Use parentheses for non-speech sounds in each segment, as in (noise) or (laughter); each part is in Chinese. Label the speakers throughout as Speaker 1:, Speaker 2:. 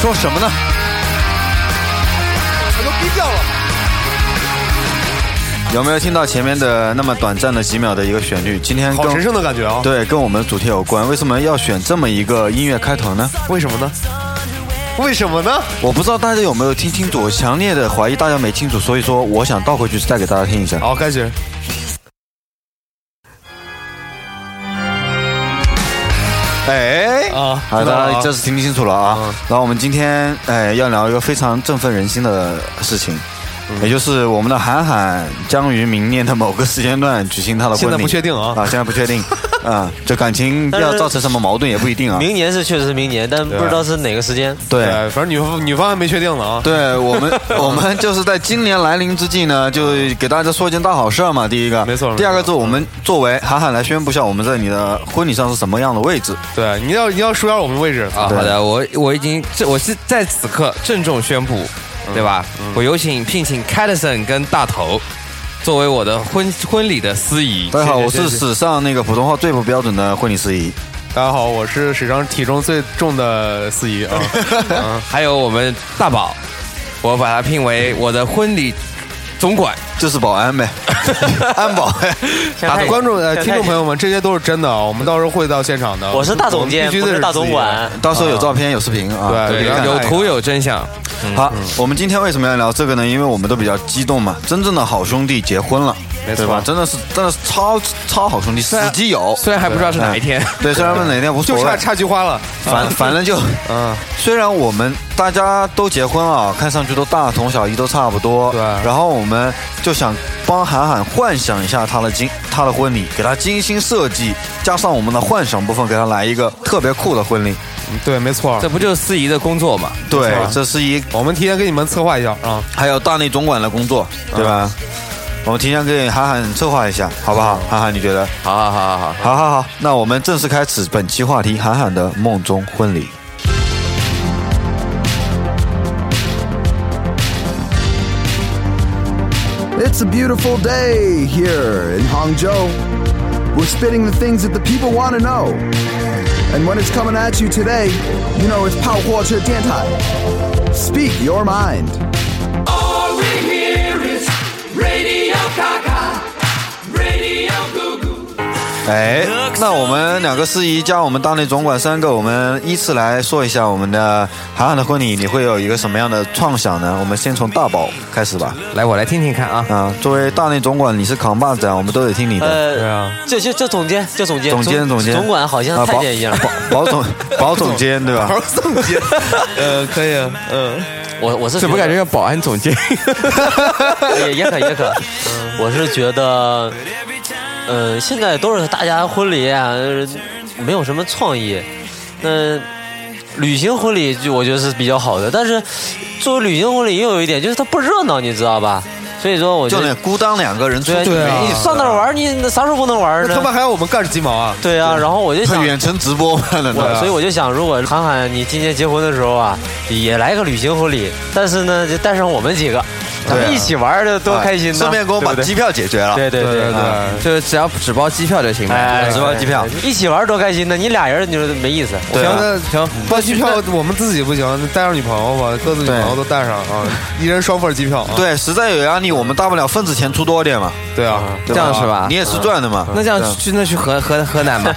Speaker 1: 说什么呢？
Speaker 2: 我都逼掉了。
Speaker 1: 有没有听到前面的那么短暂的几秒的一个旋律？今天
Speaker 2: 好
Speaker 1: 跟
Speaker 2: 神圣的感觉啊！
Speaker 1: 对，跟我们主题有关。为什么要选这么一个音乐开头呢？
Speaker 2: 为什么呢？为什么呢？
Speaker 1: 我不知道大家有没有听清楚，我强烈的怀疑大家没清楚，所以说我想倒回去再给大家听一下。
Speaker 2: 好，开始。
Speaker 1: 哎，
Speaker 2: 啊
Speaker 1: 好，大家这次听清楚了啊。
Speaker 2: 嗯
Speaker 1: 然后我们今天哎要聊一个非常振奋人心的事情。也就是我们的韩寒将于明年的某个时间段举行他的婚礼，
Speaker 2: 现在不确定啊
Speaker 1: 啊，现在不确定，啊，这感情要造成什么矛盾也不一定啊。
Speaker 3: 明年是确实是明年，但不知道是哪个时间。
Speaker 1: 对，
Speaker 2: 反正女方女方还没确定呢啊。
Speaker 1: 对我们，我们就是在今年来临之际呢，就给大家说一件大好事儿嘛。第一个，
Speaker 2: 没错
Speaker 1: 第二个
Speaker 2: 没
Speaker 1: 是我们作为韩寒来宣布一下我们在你的婚礼上是什么样的位置。
Speaker 2: 对，你要你要说一下我们的位置
Speaker 4: 啊，
Speaker 1: 对
Speaker 4: 好的，我我已经这我是在此刻郑重宣布，
Speaker 1: 嗯
Speaker 4: 对吧？我有请聘请 c a t e s o n 跟大头作为我的婚婚礼的司仪。
Speaker 1: 大家好，我
Speaker 2: 谢
Speaker 1: 是
Speaker 2: 谢
Speaker 1: 史上那个普通话最不标准的婚礼司仪。
Speaker 2: 大家好，我是史上体重最重的司仪啊。
Speaker 4: 还有我们大宝，我把他聘为我的婚礼总管。
Speaker 1: 就是保安呗，安保呗。
Speaker 2: 打
Speaker 3: 太
Speaker 2: 观众呃
Speaker 3: 像
Speaker 2: 听众
Speaker 3: 太
Speaker 2: 朋友们，这些都是真的啊，我们到时候会到现场的。
Speaker 3: 我是大总
Speaker 2: 我
Speaker 3: 监，
Speaker 2: 们必须
Speaker 3: 不
Speaker 2: 得
Speaker 3: 是大总管。
Speaker 1: 到时候有照片有视频啊，
Speaker 2: 对
Speaker 1: 可以
Speaker 2: 对
Speaker 1: 看
Speaker 2: 然后
Speaker 4: 有图有真相，
Speaker 1: 好，我们今天为什么要聊这个呢？因为我们都比较激动嘛，真正的好兄弟结婚了，
Speaker 2: 没
Speaker 1: 对
Speaker 2: 错
Speaker 1: 吧？真的是真的是超超好兄弟，死基友。
Speaker 4: 虽然还不知道是哪一天。
Speaker 1: 哎对，虽然问
Speaker 2: (laughs)
Speaker 1: 哪天无
Speaker 2: 司仪，
Speaker 1: 所
Speaker 2: 就
Speaker 1: 谓
Speaker 2: 差，插菊花了。
Speaker 1: 反反正就，
Speaker 2: 嗯，
Speaker 1: 虽然我们大家都结婚啊，看上去都大同小异，都差不多。
Speaker 2: 对
Speaker 1: 然后我们就想帮韩寒幻想一下他的精他的婚礼，给他精心设计，加上我们的幻想部分，给他来一个特别酷的婚礼。
Speaker 2: 对，没错
Speaker 4: (laughs) 这。不就是司仪的工作嘛？
Speaker 1: 对
Speaker 2: 没错，
Speaker 1: 这是一
Speaker 2: 我们提前给你们策划一下啊。
Speaker 1: 还有大内总管的工作，对吧？我们提前给韩寒策划一下，好不好？
Speaker 2: 啊
Speaker 1: 韩寒，你觉得？
Speaker 4: 好好好好好，
Speaker 1: 好好好，那我们正式开始本期话题：韩寒的梦中婚礼。
Speaker 5: It's a beautiful day here in Hangzhou. We're spitting the things that the people want to know. And when it's coming at you today, you know it's Pao Huo Che Dian Tai. Speak your mind.
Speaker 6: All we hear is Radio Gaga, Radio Goo Goo.
Speaker 1: 哎，那我们两个司仪加我们大内总管三个，我们依次来说一下我们的韩寒的婚礼，你会有一个什么样的创想呢？我们先从大宝开始吧。
Speaker 4: 来我来听听看啊。
Speaker 1: 啊，作为大内总管，你是扛把子啊，我们都得听你的。
Speaker 2: 对
Speaker 3: 呃，
Speaker 2: 啊，
Speaker 3: 就就就总监，就总监，
Speaker 1: 总监，总监，
Speaker 3: 总管好像
Speaker 1: 啊
Speaker 3: 太
Speaker 1: 保
Speaker 3: 监一样。
Speaker 1: 保保总，保总监
Speaker 3: (laughs)
Speaker 1: 对吧？
Speaker 2: 总监，呃，可以，嗯，
Speaker 3: 我我是
Speaker 4: 怎么
Speaker 3: 觉
Speaker 4: 感
Speaker 3: 得
Speaker 4: 觉像保安总监？
Speaker 3: 也也可也可，我是觉得，呃，现在都是大家婚礼啊，呃没有什么创意。那旅行婚礼就我觉得是比较好的，但是作为旅行婚礼也有一点就是它不热闹，你知道吧？所以说我觉
Speaker 1: 就那
Speaker 3: 得，
Speaker 1: 孤单两个人出
Speaker 3: 对
Speaker 1: 去
Speaker 2: 对啊
Speaker 1: 没意
Speaker 3: 你
Speaker 1: 思，
Speaker 3: 上那儿玩儿，你啥时候不能玩儿
Speaker 2: 他们
Speaker 3: 呢？
Speaker 2: 还要我们干鸡毛啊？
Speaker 3: 对啊，然后我就想，
Speaker 1: 远程直播嘛，难道
Speaker 3: 我所以我就想，如果韩寒你今年结婚的时候啊，也来个旅行婚礼，但是呢，就带上我们几个，咱
Speaker 1: 对
Speaker 3: 们
Speaker 1: 啊哎
Speaker 3: 一起玩儿的多开心呢！
Speaker 1: 顺便给我把
Speaker 3: 对不对
Speaker 1: 机票解决了。
Speaker 3: 对对对
Speaker 2: 对
Speaker 3: 啊
Speaker 2: 对。
Speaker 4: (laughs) 就是只要只包机票就行了。
Speaker 3: 哎，
Speaker 1: 对对
Speaker 3: 一起玩多开心呢！你俩人你说没意思。
Speaker 1: 对
Speaker 3: (laughs)
Speaker 1: 啊
Speaker 2: 行那行，办机票我们自己不行，带上女朋友吧，各自女朋友都带上啊，一人双份机票啊。
Speaker 1: 对，实在有压力，我们大不了份子钱出多点嘛，
Speaker 2: 对啊，
Speaker 1: 对吧
Speaker 4: 这样是吧
Speaker 1: 你也是赚的嘛。
Speaker 3: 嗯
Speaker 4: 那这样去那去河河河南
Speaker 1: (laughs)
Speaker 4: 吧。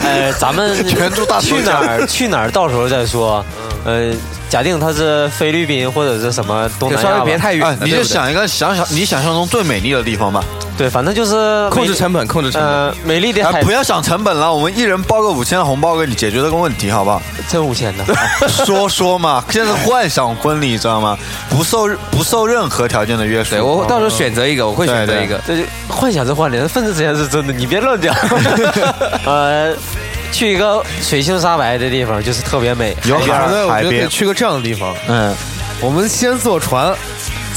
Speaker 3: 呃，咱们
Speaker 1: 全住大
Speaker 3: 去哪儿去哪儿，到时候再说。呃，假定他是菲律宾或者是什么东
Speaker 4: 对
Speaker 3: 南
Speaker 4: 稍
Speaker 3: 亚
Speaker 4: 微
Speaker 3: 吧，
Speaker 4: 别太远
Speaker 1: 哎
Speaker 4: 了，，
Speaker 1: 你
Speaker 4: 对
Speaker 1: 就
Speaker 4: 不对
Speaker 1: 想一个想想你想象中最美丽的地方吧，
Speaker 3: 对，反正就是
Speaker 4: 控
Speaker 3: 美
Speaker 4: 制成本，控制成本。
Speaker 3: 呃，美丽的
Speaker 1: 哎，
Speaker 3: 海
Speaker 1: 不要想成本了，我们一人包个五千的红包给你，解决这个问题，好不好？
Speaker 3: 真五千的，
Speaker 1: 说说嘛，现在是幻想婚礼，知道吗？不受不受任何条件的约束。
Speaker 4: 对我到时候选择一个，我会选择一个。
Speaker 3: 这就幻想是幻想，分子之前是真的，你别乱讲。呃，去一个水性沙白的地方，就是特别美。
Speaker 1: 有
Speaker 2: 我觉
Speaker 1: 海
Speaker 2: 得我
Speaker 1: 海
Speaker 2: 觉得得
Speaker 1: 边，
Speaker 2: 去个这样的地方，
Speaker 1: 嗯，
Speaker 2: 我们先坐船，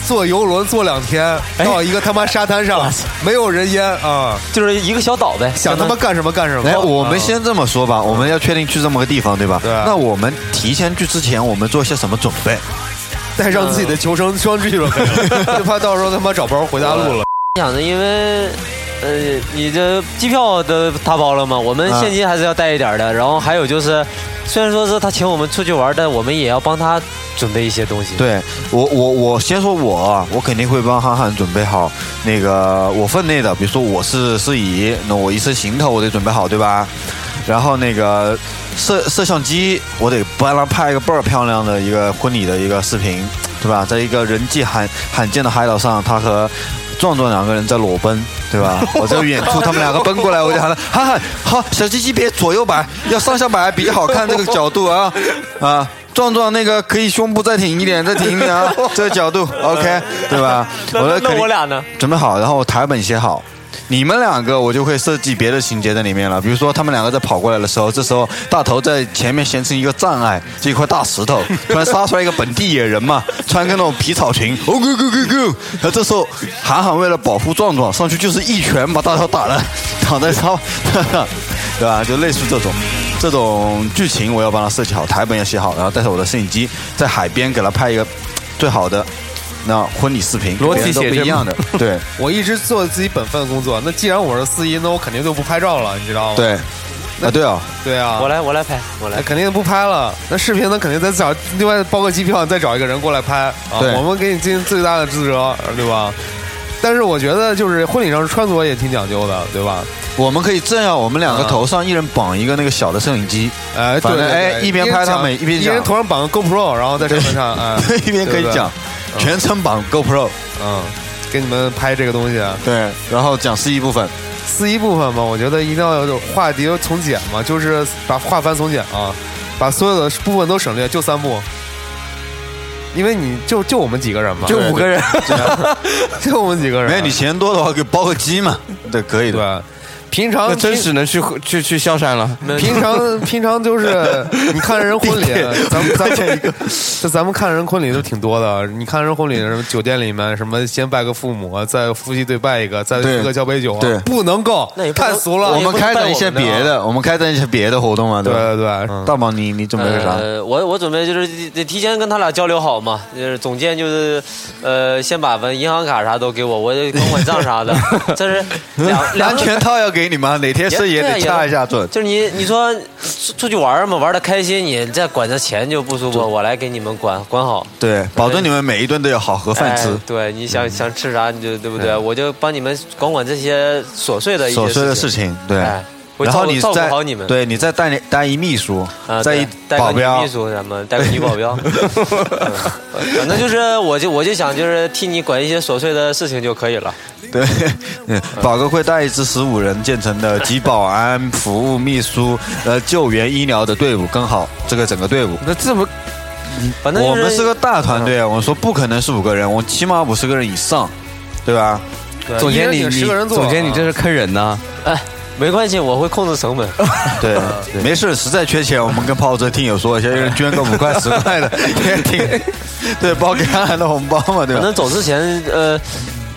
Speaker 2: 坐游轮坐两天，
Speaker 1: 哎
Speaker 2: 到一个他妈沙滩上，没有人烟啊，
Speaker 3: 就是一个小岛呗，
Speaker 2: 想他妈干什么干什么。
Speaker 1: 来，哎我们先这么说吧，我们要确定去这么个地方，对吧？
Speaker 2: 对啊
Speaker 1: 那我们提前去之前，我们做些什么准备？
Speaker 2: 带上
Speaker 1: 嗯 (laughs)
Speaker 2: 自己的求生装具了，就怕到时候他妈找不着回家路了。
Speaker 3: 想着，因为呃，你这机票都打包了吗？我们现金还是要带一点的。然后还有就是，虽然说是他请我们出去玩，但我们也要帮他准备一些东西。，
Speaker 1: 对我，我我先说我啊，我肯定会帮憨憨准备好那个我分内的，比如说我是司仪，那我一次行头我得准备好，对吧？然后那个摄摄像机，我得帮他拍一个倍儿漂亮的一个婚礼的一个视频，对吧？在一个人迹罕罕见的海岛上，他和。壮壮两个人在裸奔，对吧？我在远处，他们两个奔过来，我就喊了：“憨憨，好，小鸡鸡别左右摆，要上下摆比较好看这个角度啊啊！”壮壮那个可以胸部再挺一点，再挺一点啊，这个角度 OK，对吧？
Speaker 3: 那
Speaker 1: 的
Speaker 3: 那
Speaker 1: 肯
Speaker 3: 那
Speaker 1: 定
Speaker 3: 我俩呢？
Speaker 1: 准备好，然后我台本写好。你们两个，我就会设计别的情节在里面了。比如说，他们两个在跑过来的时候，这时候大头在前面形成一个障碍，就一块大石头，突然杀出来一个本地野人嘛，穿个那种皮草裙，go go go go go。然后这时候，韩寒为了保护壮壮，上去就是一拳把大头打了，躺在沙发 (laughs) 上，对吧？就类似这种。这种剧情我要帮他设计好，台本也写好，然后带着我的摄影机在海边给他拍一个最好的那婚礼视频，
Speaker 4: 裸
Speaker 1: 跟别
Speaker 4: 体
Speaker 1: 人都
Speaker 4: 写
Speaker 1: 不
Speaker 4: 真
Speaker 1: 一样的，对。
Speaker 2: 我一直做自己本分的工作。那既然我是司仪，那我肯定就不拍照了，你知道吗？
Speaker 1: 对，啊对哦，
Speaker 2: 对啊，
Speaker 3: 我来，我来拍，我
Speaker 2: 那
Speaker 3: 来。
Speaker 2: 哎肯定不拍了。那视频呢，肯定再找另外包个机票，再找一个人过来拍啊。
Speaker 1: 对
Speaker 2: 我们给你尽最大的职责，对吧？但是我觉得就是婚礼上穿着也挺讲究的，对吧？
Speaker 1: 我们可以这样，我们两个头上一人绑一个那个小的摄影机，
Speaker 2: 哎，对
Speaker 1: 反正
Speaker 2: 对
Speaker 1: 哎
Speaker 2: 对
Speaker 1: 一边拍他们
Speaker 2: 一
Speaker 1: 一边
Speaker 2: 一
Speaker 1: 讲，
Speaker 2: 人头上绑个 GoPro，然后在车上，哎
Speaker 1: (laughs) 一边可以讲，全程绑 GoPro，
Speaker 2: 对不对嗯，给你们拍这个东西。
Speaker 1: 对，然后讲司仪部分，
Speaker 2: 司仪部分嘛，我觉得一定要有化蝶从简嘛，就是把化繁从简啊，把所有的部分都省略，就三步。因为你就就我们几个人嘛，
Speaker 4: 就五个人，
Speaker 2: 就我们几个人，
Speaker 1: 没有你钱多的话可以包个机嘛，对，可以的。
Speaker 2: 对，平常
Speaker 4: 那真是能去去去萧山了。
Speaker 2: 平常平
Speaker 1: (laughs)
Speaker 2: 常就是你看人婚礼，啊咱们咱们 (laughs) 这咱们看人婚礼都挺多的。你看人婚礼，什么酒店里面什么先拜个父母，再夫妻对拜一个，再
Speaker 1: 对
Speaker 2: 喝个交杯酒啊，
Speaker 1: 对
Speaker 2: 不能够
Speaker 3: 那也，不能嗯
Speaker 2: 太俗了。
Speaker 1: 我们开展一些别的，我们开展一些别的活动嘛，
Speaker 2: 对
Speaker 1: 对吧？
Speaker 2: 对对，
Speaker 1: 大宝，你你准备个啥？ (laughs)
Speaker 3: 呃，我我准备就是得得提前跟他俩交流好嘛，就是总监就是，呃，先把完银行卡啥都给我，我就管管账啥的。这是
Speaker 1: (laughs)
Speaker 3: 两两
Speaker 1: 安全套要给你吗？哪天司仪也
Speaker 3: 对啊
Speaker 1: 得
Speaker 3: 也
Speaker 1: 掐一下准。
Speaker 3: 就是你，你说出出去玩儿嘛，玩的开心，你再管着钱就不舒服，我来给你们管管好。
Speaker 1: 对，保证你们每一顿都有好盒饭吃嗯
Speaker 3: 哎。对你想想吃啥你就对不对？我就帮你们管管这些琐碎的一些
Speaker 1: 琐碎的事。情，对。
Speaker 3: 哎会
Speaker 1: 然后你
Speaker 3: 照顾照
Speaker 1: 再
Speaker 3: 顾好你们
Speaker 1: 对你再带带一秘书
Speaker 3: 啊，，
Speaker 1: 再一
Speaker 3: 对带
Speaker 1: 保
Speaker 3: 个女
Speaker 1: 镖
Speaker 3: 秘，书什么，带个女保镖，嗯反正就是，我就我就想就是替你管一些琐碎的事情就可以了。
Speaker 1: (laughs) 对，嗯宝哥会带一支十五人建成的集保安、 (laughs) 服务秘书、呃救援医疗的队伍，更好这个整个队伍。
Speaker 4: 那这么
Speaker 3: 反正就嗯
Speaker 1: 我们是个大团队，啊我说不可能是五个人，我起码五十个人以上，对吧？
Speaker 2: 对
Speaker 4: 总
Speaker 2: 一
Speaker 4: 监
Speaker 2: 人
Speaker 4: 你
Speaker 2: 顶
Speaker 4: 你
Speaker 2: 十个人坐，
Speaker 4: 总监你这是坑人呐！
Speaker 3: 哎，没关系，我会控制成本。
Speaker 1: 对，
Speaker 3: 嗯
Speaker 1: 没事，实在缺钱，我们跟炮哥听友说一下，一人捐个五块、十块
Speaker 3: (laughs)
Speaker 1: 的也挺，对，包给他的红包嘛，对
Speaker 3: 可
Speaker 1: 吧
Speaker 3: 能？走之前，呃，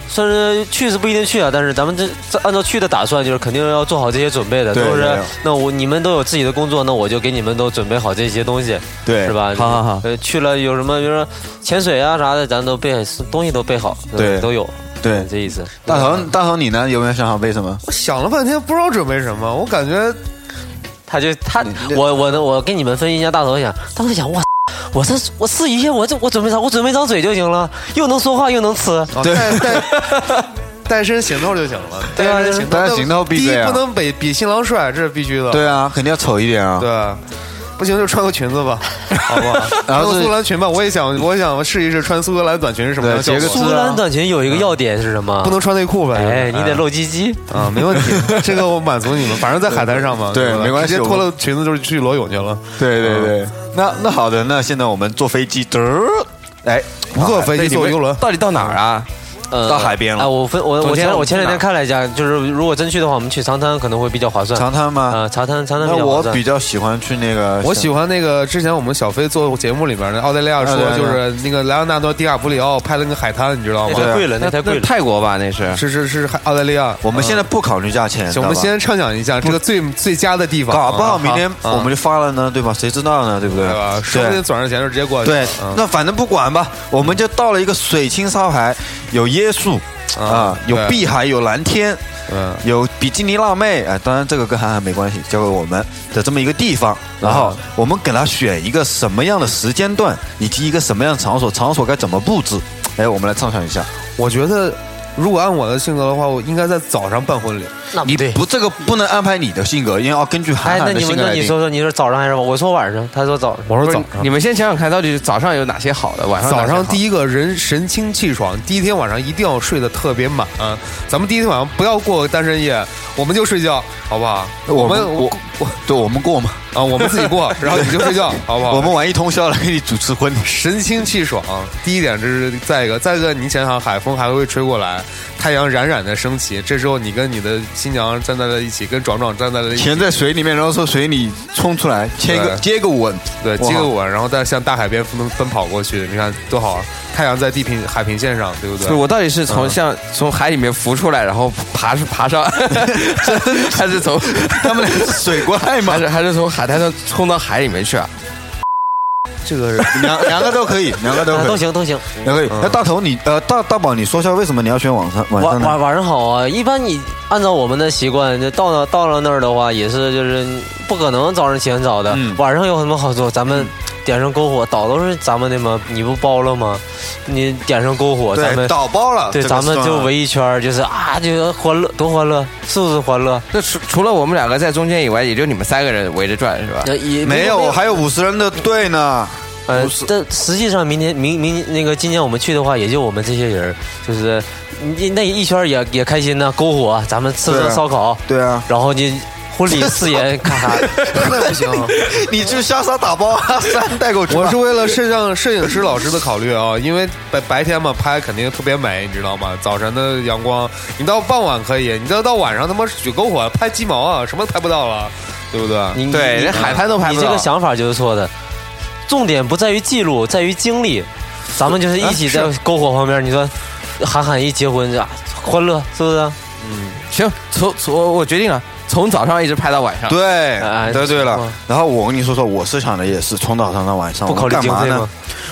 Speaker 3: 算是去是不一定去啊，但是咱们这这按照去的打算，就是肯定要做好这些准备的，
Speaker 1: 对
Speaker 3: 都是
Speaker 1: 对对
Speaker 3: 那我你们都有自己的工作，那我就给你们都准备好这些东西，
Speaker 1: 对
Speaker 3: 是吧？
Speaker 4: 好好好
Speaker 3: 呃，去了有什么，比如说潜水啊啥的，咱都备东西都备好，
Speaker 1: 对
Speaker 3: 都有，
Speaker 1: 对
Speaker 3: 这意思。
Speaker 1: 大头，大头，你呢？有没有想好为什么？
Speaker 2: 我想了半天不知道准备什么，我感觉
Speaker 3: 他就他，我我我跟你们分析一下大头想，当时想哇。我这我试一下，我这我准备啥？我准备一张嘴就行了，又能说话又能吃。
Speaker 2: 啊
Speaker 1: 对
Speaker 2: 带带带身行头就行了，
Speaker 3: 对啊
Speaker 2: 带身行头，
Speaker 1: 带身行头必
Speaker 2: 第
Speaker 1: 备
Speaker 2: 一
Speaker 1: 啊
Speaker 2: 不能比比新郎帅，这是必须
Speaker 1: (laughs)
Speaker 2: 的，
Speaker 1: 对啊，肯定要丑一点啊。
Speaker 2: 对。不行就穿个裙
Speaker 1: (laughs)
Speaker 2: 子吧，好不好？
Speaker 1: 然后
Speaker 2: 穿个
Speaker 1: 是
Speaker 2: 苏格兰裙吧，我也想，我也想试一试穿苏格兰短裙是什么样的
Speaker 1: 对截
Speaker 2: 效
Speaker 1: 个
Speaker 2: 果
Speaker 1: 肢。
Speaker 3: 苏格兰短裙有一个要点是什么？
Speaker 2: 不能穿内裤呗？
Speaker 3: 哎，你得露鸡鸡。
Speaker 2: 啊，没问题，
Speaker 3: (laughs)
Speaker 2: 这个我满足你们，反正在海滩上嘛，
Speaker 1: 对
Speaker 2: 是吧
Speaker 1: 没关系
Speaker 2: 直接脱
Speaker 1: 我
Speaker 2: 了裙子就是去裸泳去了。
Speaker 1: 对对对，嗯那那好的，那现在我们坐飞机，嘚儿，哎，
Speaker 2: 不坐飞
Speaker 1: 那
Speaker 2: 机，
Speaker 1: 你
Speaker 2: 坐
Speaker 1: 们
Speaker 2: 游轮。
Speaker 4: 到底到哪儿啊？
Speaker 3: 呃
Speaker 1: 到海边了
Speaker 3: 哎，我分我
Speaker 4: 总
Speaker 3: 我
Speaker 4: 监
Speaker 3: 前
Speaker 4: 我
Speaker 3: 我
Speaker 4: 们
Speaker 3: 前
Speaker 4: 去
Speaker 3: 两天
Speaker 4: 哪
Speaker 3: 看了一下，就是如果真去的话，我们去长滩可能会比较划算。
Speaker 1: 长滩吗？
Speaker 3: 啊，长滩长滩
Speaker 1: 那
Speaker 3: 比较划
Speaker 1: 我
Speaker 3: 算
Speaker 1: 比。较喜欢去那个，
Speaker 2: 我喜欢那个之前我们小飞做节目里面的澳大利亚说
Speaker 1: 啊对，对
Speaker 2: 就是那个莱昂纳多·迪卡普里奥拍了那个海滩，你知道
Speaker 3: 那
Speaker 2: 吗？
Speaker 3: 太贵了，
Speaker 4: 那
Speaker 3: 那太贵
Speaker 4: 那
Speaker 3: 了。
Speaker 4: 泰国吧，那是
Speaker 2: 是是是，海澳大利亚。啊
Speaker 1: 我们现在不考虑价钱，
Speaker 2: 嗯行，我们
Speaker 1: 知道吧
Speaker 2: 先畅想一下这个最最佳的地方。
Speaker 1: 搞不好
Speaker 2: 啊
Speaker 1: 明天我们就发了呢，对吧？谁知道呢，对不对
Speaker 2: 对吧？？说不定
Speaker 1: 对。
Speaker 2: 转上钱就直接过去了。
Speaker 1: 对
Speaker 2: 嗯，
Speaker 1: 那反正不管吧，我们就到了一个水清沙排，有椰树啊，有
Speaker 2: 对
Speaker 1: 碧海，有蓝天，
Speaker 2: 嗯
Speaker 1: 有比基尼辣妹，哎，当然这个跟韩寒没关系，交给我们的这么一个地方，然后我们给他选一个什么样的时间段，以及一个什么样的场所，场所该怎么布置，哎，我们来畅想一下。
Speaker 2: 我觉得如果按我的性格的话，我应该在早上办婚礼。
Speaker 3: 那
Speaker 1: 你
Speaker 3: 不对。
Speaker 1: 不，这个不能安排你的性格，因为要根据韩
Speaker 3: 哎，那
Speaker 1: 寒的
Speaker 3: 你
Speaker 1: 性
Speaker 3: 们
Speaker 1: 格
Speaker 3: 那
Speaker 1: 来
Speaker 3: 你
Speaker 1: 定。
Speaker 3: 说说，你是早上还是晚？我说晚上，他说早上。
Speaker 2: 我
Speaker 4: 不
Speaker 2: 说
Speaker 4: 是
Speaker 2: 早上，
Speaker 4: 你们先想想看，到底早上有哪些好的，晚上
Speaker 2: 早上第
Speaker 4: 一
Speaker 2: 一个人神清气爽，第一天晚上一定要睡得特别满。啊咱们第一天晚上不要过单身夜，我们就睡觉，好不好？
Speaker 1: 我
Speaker 2: 们
Speaker 1: 们我我对我们过嘛，(laughs)
Speaker 2: 啊，我们自己过，然后你就睡觉，好不好？
Speaker 1: 我们玩一通宵来给你主持婚礼。
Speaker 2: 神清气爽。第一点这是再一个，再一个你想想，海风还会吹过来，太阳冉冉的升起，这时候你跟你的新娘站在了一起，跟壮壮站在了一起，
Speaker 1: 潜在水里面，然后从水里冲出来，接个
Speaker 2: 对
Speaker 1: 接个吻，
Speaker 2: 对，
Speaker 1: 哇
Speaker 2: 接个吻，然后再向大海边奔奔跑过去，你看多好！啊太阳在地平海平线上，对不对？
Speaker 4: 我到底是从像从海里面浮出来，然后爬爬上， (laughs) 还是从
Speaker 1: 他们俩是水怪嘛
Speaker 4: (laughs) 还，是还是从海滩上冲到海里面去啊？
Speaker 2: 这个人
Speaker 1: 两啊两个都可以， (laughs) 两个都
Speaker 3: 啊
Speaker 1: 可
Speaker 3: 都
Speaker 1: 以，
Speaker 3: 行都行，
Speaker 1: 两个可以。那大头你呃大大宝，你说一下为什么你要选晚上晚上
Speaker 3: 晚晚
Speaker 1: 呢？
Speaker 3: 晚上好啊！一般你按照我们的习惯，就到了到了那儿的话，也是就是不可能早上起很早的。
Speaker 1: 嗯
Speaker 3: 晚上有什么好处？咱们点上篝火，岛都是咱们的嘛，你不包了吗？你点上篝火，咱
Speaker 1: 对，
Speaker 3: 们
Speaker 1: 倒包了，
Speaker 3: 对
Speaker 1: 这个
Speaker 3: 咱们
Speaker 1: 算
Speaker 3: 就围一圈儿，就是啊，就是欢乐，多欢乐，是不是欢乐？
Speaker 4: 那除除了我们两个在中间以外，也就你们三个人围着转是吧？
Speaker 3: 呃也
Speaker 1: 没有，还有五十人的队呢。
Speaker 3: 呃
Speaker 1: 不是，
Speaker 3: 但实际上明天明明那个今年我们去的话，也就我们这些人儿，就是你那一圈儿也也开心呢，篝火，咱们吃
Speaker 1: 对
Speaker 3: 吃
Speaker 1: 啊
Speaker 3: 烧烤，
Speaker 1: 对啊，
Speaker 3: 然后你婚礼誓言，咔咔，
Speaker 2: (laughs) 那不行。
Speaker 1: 你去下沙打包，阿三带过去吧。
Speaker 2: 我是为了摄像摄影师老师的考虑啊，因为白白天嘛拍肯定特别美，你知道吗？早晨的阳光，你到傍晚可以，你到到晚上他妈举篝火拍鸡毛啊，什么都拍不到了，对不对？
Speaker 3: 你
Speaker 4: 对
Speaker 3: 你
Speaker 4: 连海滩都拍不
Speaker 3: 你这
Speaker 4: 到
Speaker 3: 个想法就是错的，重点不在于记录，在于经历。咱们就是一起在
Speaker 4: 啊
Speaker 3: 篝火旁边，你说韩寒一结婚啊，欢乐是不啊是？
Speaker 4: 行，从从我我决定了，从早上一直拍到晚上。
Speaker 1: 对
Speaker 3: 哎，
Speaker 4: 啊
Speaker 1: 对对了
Speaker 3: 哇。
Speaker 1: 然后我跟你说说，我是想的也是从早上到晚上，
Speaker 3: 不
Speaker 1: 我们
Speaker 3: 考虑
Speaker 1: 干嘛
Speaker 3: 经费
Speaker 1: 呢
Speaker 3: 吗？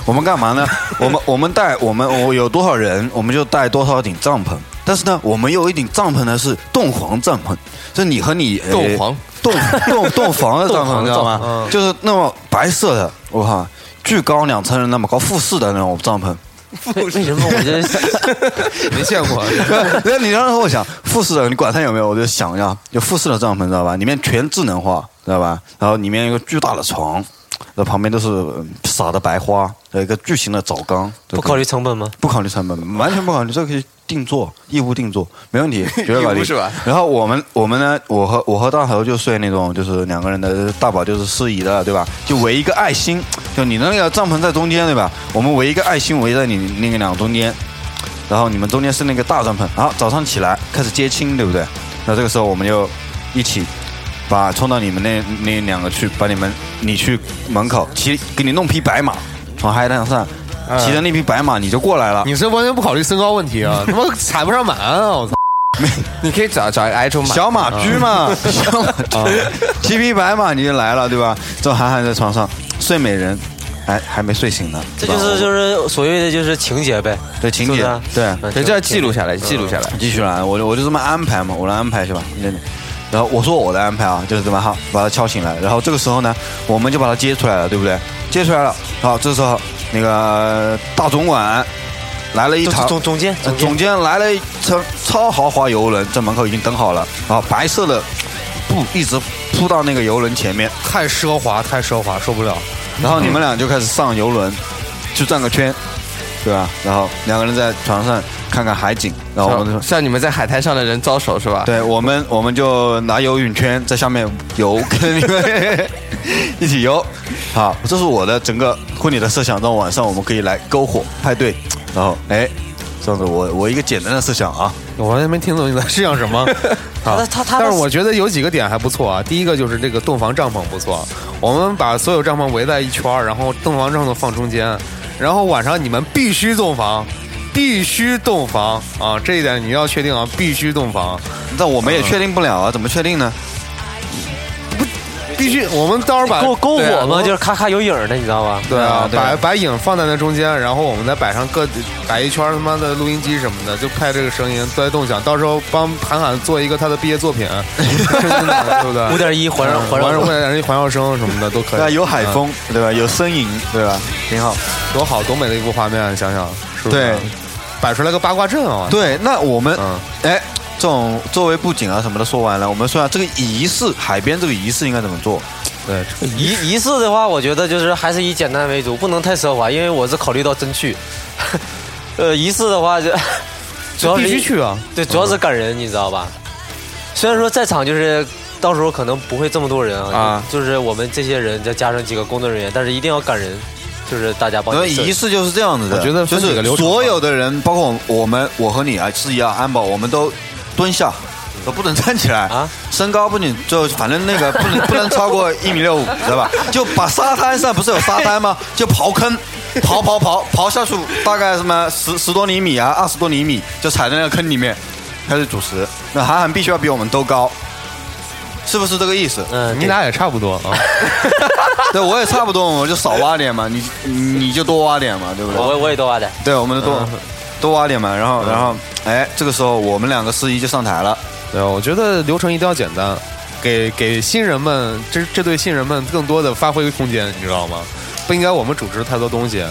Speaker 1: 我们干嘛
Speaker 3: (laughs)
Speaker 1: 呢？我们我们带我们我有多少人，我们就带多少顶帐篷。但是呢，我们有一顶帐篷呢是洞房帐篷，是你和你呃
Speaker 4: 洞房
Speaker 1: 洞洞
Speaker 3: (laughs)
Speaker 1: 洞房的帐
Speaker 3: 洞
Speaker 1: 篷，
Speaker 3: 房
Speaker 1: 你知道
Speaker 3: 帐嗯
Speaker 1: 吗？就是那么白色的，我靠，巨高两层人那么高，复式的那种帐篷。
Speaker 3: 为为什么我觉得
Speaker 2: 没见过，
Speaker 1: (laughs) 那你让我想复式的，你管它有没有，我就想要有复式的帐篷，知道吧？里面全智能化，知道吧？然后里面有个巨大的床，那旁边都是嗯撒的白花，有一个巨型的澡缸。对
Speaker 3: 不
Speaker 1: 吧
Speaker 3: 考虑成本吗？
Speaker 1: 不考虑成本，完全不考虑，这个可以定做，义乌定做，没问题，绝对搞
Speaker 4: 义乌
Speaker 1: 定。
Speaker 4: 是吧
Speaker 1: 然后我们我们呢，我和我和大头就睡那种，就是两个人的大宝就是适宜的，对吧？就围一个爱心，就你那个帐篷在中间，对吧？我们围一个爱心围在你那个两个中间，然后你们中间是那个大帐篷。好，早上起来开始接亲，对不对？那这个时候我们就一起把冲到你们那那两个去，把你们你去门口骑，给你弄匹白马，从海滩上骑着那匹白马你就过来了。
Speaker 2: 你这完全不考虑身高问题 (laughs) 啊，他妈踩不上满啊！ (laughs) 我操，
Speaker 4: 你可以找找一个矮种马，
Speaker 1: 小马驹嘛，小马驹，骑匹白马你就来了，对吧？这韩寒在床上睡美人，还还没睡醒呢，
Speaker 3: 这就是就是所谓的就是情节呗，
Speaker 1: 对情
Speaker 3: 是
Speaker 1: 节
Speaker 3: 不是啊，
Speaker 1: 对。嗯
Speaker 3: 嗯
Speaker 4: 对，这要记录下来，记录下来。
Speaker 1: 继续来，我就我就这么安排嘛，我来安排去吧。那然后我说我来安排啊，就是怎么好把他敲醒来，然后这个时候呢，我们就把他接出来了，对不对？接出来了，好，这时候那个大总管来了一
Speaker 3: 总
Speaker 1: 场
Speaker 3: 总总监
Speaker 1: 呃
Speaker 3: 总监
Speaker 1: 总监来了一车超豪华游轮，在门口已经等好了，啊，白色的布一直铺到那个游轮前面，
Speaker 2: 太奢华，太奢华，受不了。
Speaker 1: 然后你们俩就开始上游轮，去转个圈，对吧？然后两个人在船上看看海景，然后我们就
Speaker 4: 向向你们在海滩上的人招手是吧？
Speaker 1: (laughs) 对我们，我们就拿游泳圈在下面游，跟你们一起游。 (laughs) 好，这是我的整个婚礼的设想。到晚上我们可以来篝火派对，然后哎，这样子我我一个简单的设想啊，
Speaker 2: 我完全没听懂你在试想什
Speaker 3: (laughs)
Speaker 2: 么。
Speaker 3: 他
Speaker 2: 啊
Speaker 3: 他他
Speaker 2: 但是我觉得有几个点还不错啊。第一个就是这个洞房帐篷不错，我们把所有帐篷围在一圈儿，然后洞房帐篷放中间，然后晚上你们必须洞房，必须洞房啊！这一点你要确定啊，必须洞房。
Speaker 1: 嗯但我们也确定不了啊，怎么确定呢？
Speaker 2: 必须我们到时候把
Speaker 4: 呃
Speaker 3: 篝篝
Speaker 2: 对啊
Speaker 3: 火嘛，就是咔咔有影儿的，你知道吧？
Speaker 2: 对啊，
Speaker 1: 对啊
Speaker 2: 把把影放在那中间，然后我们再摆上各摆一圈他妈的录音机什么的，就拍这个声音作为动响，到时候帮韩寒做一个他的毕业作品， (laughs) 对不对？
Speaker 4: 啊
Speaker 3: 五点一环绕
Speaker 4: 嗯
Speaker 3: 环
Speaker 2: 嗯环
Speaker 3: 绕
Speaker 2: 绕，环绕声什么的都可
Speaker 1: 对吧？啊
Speaker 2: 以，
Speaker 1: 有海风，对吧？有呻吟，对吧？嗯挺好。
Speaker 2: 嗯，多好，多美的一幅画面，啊想想是不是？
Speaker 1: 对，
Speaker 2: 摆出来个八卦阵啊！
Speaker 1: 对，那我们
Speaker 2: 嗯，
Speaker 1: 哎，这种作为布景啊什么的说完了，我们说下这个仪式，海边这个仪式应该怎么做？
Speaker 2: 对，
Speaker 3: 仪仪式的话，我觉得就是还是以简单为主，不能太奢华，因为我是考虑到真去。 (laughs) 呃，仪式的话就主要
Speaker 2: 必
Speaker 3: 是
Speaker 2: 须去啊！
Speaker 4: 哎
Speaker 3: 对，主要是赶人，你知道吧？虽然说在场就是到时候可能不会这么多人啊
Speaker 1: 啊，
Speaker 3: 就就是我们这些人再加上几个工作人员，但是一定要赶人，就是大家帮
Speaker 1: 那
Speaker 3: 你设计。
Speaker 1: 仪式就是这样子的，
Speaker 2: 我觉得
Speaker 1: 就
Speaker 2: 分几个
Speaker 1: 是
Speaker 2: 流程吧
Speaker 1: 所有的人，包括我们我们，我和你啊是一样，安保，我们都蹲下，都不能站起来
Speaker 3: 啊
Speaker 1: 啊，身高不能就反正那个不能不能超过一米六五，知道吧？就把沙滩上不是有沙滩吗？就刨坑。刨刨刨刨下去，大概什么十十多厘米啊，二十多厘米，就踩在那个坑里面，开始主食。那韩寒必须要比我们都高，是不是这个意思？
Speaker 3: 嗯，
Speaker 2: 你
Speaker 3: 对
Speaker 2: 俩也差不多啊，
Speaker 1: 对，我也差不多，我就少挖点嘛，你你你就多挖点嘛，对不对？
Speaker 3: 我我也多挖点。
Speaker 1: 对，我们的多、多挖点嘛，然后然后，哎，这个时候我们两个司仪就上台了，
Speaker 2: 对，我觉得流程一定要简单，给给新人们这这对新人们更多的发挥空间，你知道吗？不应该我们主持太多东西。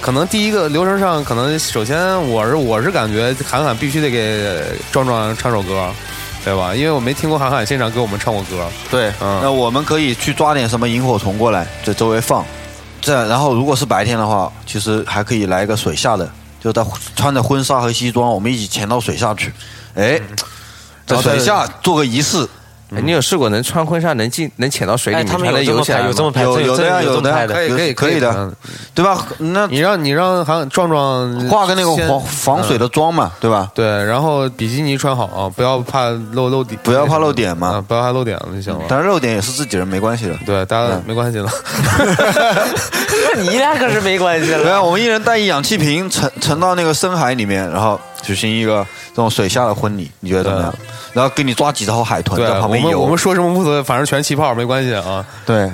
Speaker 2: 可能第一个流程上，可能首先我是我是感觉韩寒必须得给壮壮唱首歌，对吧？因为我没听过韩寒现场给我们唱过歌。
Speaker 1: 对，
Speaker 2: 嗯
Speaker 1: 那我们可以去抓点什么萤火虫过来，在周围放，这然后如果是白天的话，其实还可以来一个水下的，就在穿着婚纱和西装，我们一起潜到水下去，哎，在水下做个仪式，
Speaker 4: 哎
Speaker 1: 嗯
Speaker 4: 你有试过能穿婚纱能进能潜到水里
Speaker 3: 哎，
Speaker 4: 面
Speaker 3: 他
Speaker 4: 才
Speaker 3: 们有
Speaker 4: 能
Speaker 3: 这
Speaker 4: 游
Speaker 3: 么
Speaker 4: 起
Speaker 3: 拍，
Speaker 4: 来吗？
Speaker 3: 有这么拍，
Speaker 1: 有
Speaker 3: 真
Speaker 1: 有
Speaker 3: 真
Speaker 1: 的呀，
Speaker 3: 有这
Speaker 1: 有
Speaker 3: 么
Speaker 1: 的
Speaker 3: 拍
Speaker 1: 呀，
Speaker 3: 的。
Speaker 2: 可以
Speaker 1: 可以
Speaker 2: 可以
Speaker 1: 的
Speaker 2: 的，
Speaker 1: 对吧？那
Speaker 2: 你让你让韩壮壮
Speaker 1: 画个那个
Speaker 2: 先
Speaker 1: 防防水的妆嘛，对吧？
Speaker 2: 对，然后比基尼穿好啊，不要怕露露底，
Speaker 1: 不要怕露嗯点嘛
Speaker 2: 啊，不要怕露点就行了。
Speaker 1: 当然露点也是自己人，没关系的。
Speaker 2: 对，大家没
Speaker 1: (laughs)
Speaker 2: 关系了。
Speaker 3: 你俩可是没关系
Speaker 1: (laughs) 对
Speaker 3: 了。
Speaker 1: 啊，我们一人带一氧气瓶沉沉到那个深海里面，然后举行一个这种水下的婚礼，你觉得怎么样？然后给你抓几条海豚
Speaker 2: 对，啊
Speaker 1: 在旁边
Speaker 2: 我们我们
Speaker 1: 游。
Speaker 2: 说什么无所谓，反正全气泡没关
Speaker 1: (laughs)
Speaker 2: 系啊。
Speaker 1: 对，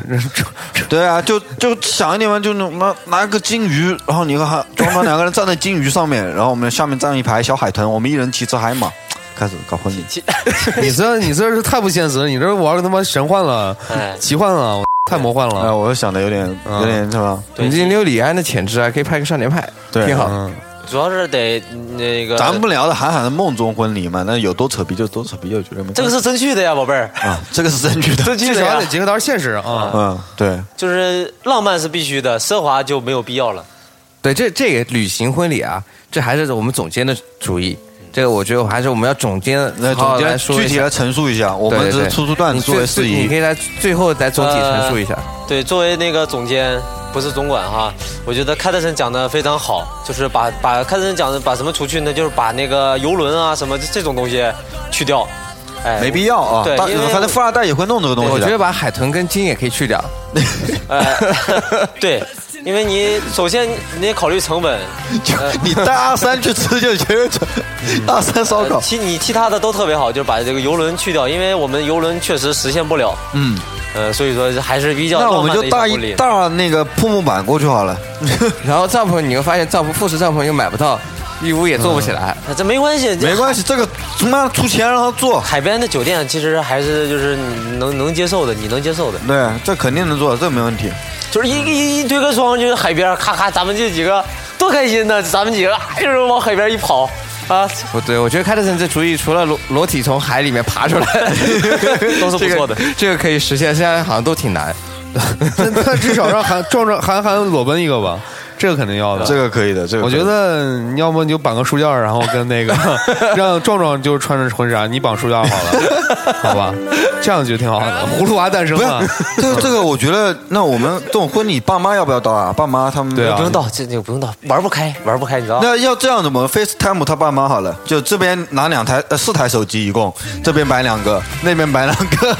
Speaker 1: 对啊，就就想一点嘛，就那种拿拿个金鱼，然后你和他装装两个人站在金鱼上面，然后我们下面站一排小海豚，我们一人骑着海马，开始搞婚礼。
Speaker 2: 你这你这是太不现实了，你这玩的他妈神幻了
Speaker 3: (laughs) 哎，
Speaker 2: 奇幻了，啊我啊太魔幻
Speaker 1: 哎，
Speaker 2: 了。
Speaker 1: 我又想的有点有点什么？
Speaker 4: 我们今天溜李安的潜质啊，可以拍个少年派，
Speaker 1: 对
Speaker 4: 挺好。
Speaker 2: 嗯，
Speaker 3: 主要是得那个，
Speaker 1: 咱们不聊的韩寒的梦中婚礼嘛，那有多扯皮就多扯皮，我觉得没关系
Speaker 3: 这个是真去的呀，宝贝儿，
Speaker 1: 啊，这个是真据的
Speaker 3: 真。去
Speaker 2: 至
Speaker 3: 的
Speaker 2: 少
Speaker 3: 呀
Speaker 2: 得。结合到现实啊。
Speaker 1: 嗯，对，
Speaker 3: 就是浪漫是必须的，奢华就没有必要了。
Speaker 4: 对，这这个旅行婚礼啊，这还是我们总监的主意。这个我觉得还是我们要总监
Speaker 1: 嗯那
Speaker 4: 好
Speaker 1: 总
Speaker 4: 好来
Speaker 1: 监
Speaker 4: 说
Speaker 1: 具
Speaker 4: 一
Speaker 1: 体
Speaker 4: 下
Speaker 1: 来陈述一下，我
Speaker 4: 对
Speaker 1: 们
Speaker 4: 对
Speaker 1: 只
Speaker 4: 对
Speaker 1: 是出出段
Speaker 4: 你
Speaker 1: 子作为
Speaker 4: 最
Speaker 1: 事
Speaker 4: 最你
Speaker 1: 宜
Speaker 4: 可。以来最后来总体陈述一下。
Speaker 3: 对，作为那个总监，不是总管哈，我觉得凯特森讲的非常好，就是把把凯特森讲的把什么除去呢？就是把那个游轮啊什么这这种东西去掉，哎，
Speaker 1: 没必要啊
Speaker 3: 对，
Speaker 1: 大
Speaker 3: 因为
Speaker 1: 反正富二代也会弄这呃个东西的。啊
Speaker 4: 我觉得把海豚跟鲸也可以去掉，
Speaker 3: 呃， (laughs) 对，因为你首先你得考虑成本，
Speaker 1: (laughs) 就
Speaker 4: 呃
Speaker 1: 你带阿三去吃就觉得
Speaker 4: 嗯
Speaker 1: 阿三烧
Speaker 3: 呃
Speaker 1: 烤，
Speaker 3: 其你其他的都特别好，就是把这个游轮去掉，因为我们游轮确实实现不了，
Speaker 1: 嗯，
Speaker 3: 呃，所以说还是比较
Speaker 1: 那我
Speaker 3: 浪
Speaker 1: 们
Speaker 3: 漫
Speaker 1: 就
Speaker 3: 的一
Speaker 1: 搭
Speaker 3: 场
Speaker 1: 一大
Speaker 3: 婚礼。
Speaker 1: 那个铺木板过去好
Speaker 4: (laughs)
Speaker 1: 了。
Speaker 4: 然后帐篷你会发现帐篷复式帐篷又买不到，义乌也做不起来。
Speaker 2: 嗯
Speaker 3: 这没关系，这
Speaker 1: 没关系，这个他妈出钱让他
Speaker 4: (laughs)
Speaker 1: 做，
Speaker 3: 海边的酒店其实还是就是你能能接受的，你能接受的，
Speaker 1: 对，这肯定能做，这没问
Speaker 4: 啊
Speaker 1: 题。
Speaker 3: 就是一一一堆个双，就是海边，咔咔，咱们这几个多开心呢，咱们几个哎呦往海边一跑啊，
Speaker 4: 不对，我觉得凯特森这主意除了裸裸体从海里面爬
Speaker 2: (laughs)
Speaker 4: 出来，
Speaker 3: 都是不错的
Speaker 4: 这个这个可以实现，现在好像都挺难。
Speaker 1: 嗯
Speaker 2: (laughs) 那那至少让韩壮壮韩寒裸奔一个吧，这个肯定要的。
Speaker 1: 这个可以的，这个
Speaker 2: 我
Speaker 1: 可以
Speaker 2: 觉得你要么你就绑个书架，然后
Speaker 1: (laughs)
Speaker 2: 跟那个让壮壮就穿着婚纱，你绑书
Speaker 1: (laughs)
Speaker 2: 架好了，好吧？这样就挺好的，葫芦娃诞生
Speaker 1: 嗯不
Speaker 2: 了
Speaker 4: 啊
Speaker 1: 是。这个这个，我觉得那我们这种婚礼，爸妈要不要到啊？爸妈他们
Speaker 2: 对啊
Speaker 3: 不用到，这这不用到，玩不开，玩不开，你知道吗？
Speaker 1: 那要这样子，我们 FaceTime 他爸妈好了，就这边拿两台呃四台手机，一共这边摆两个，那边摆两个，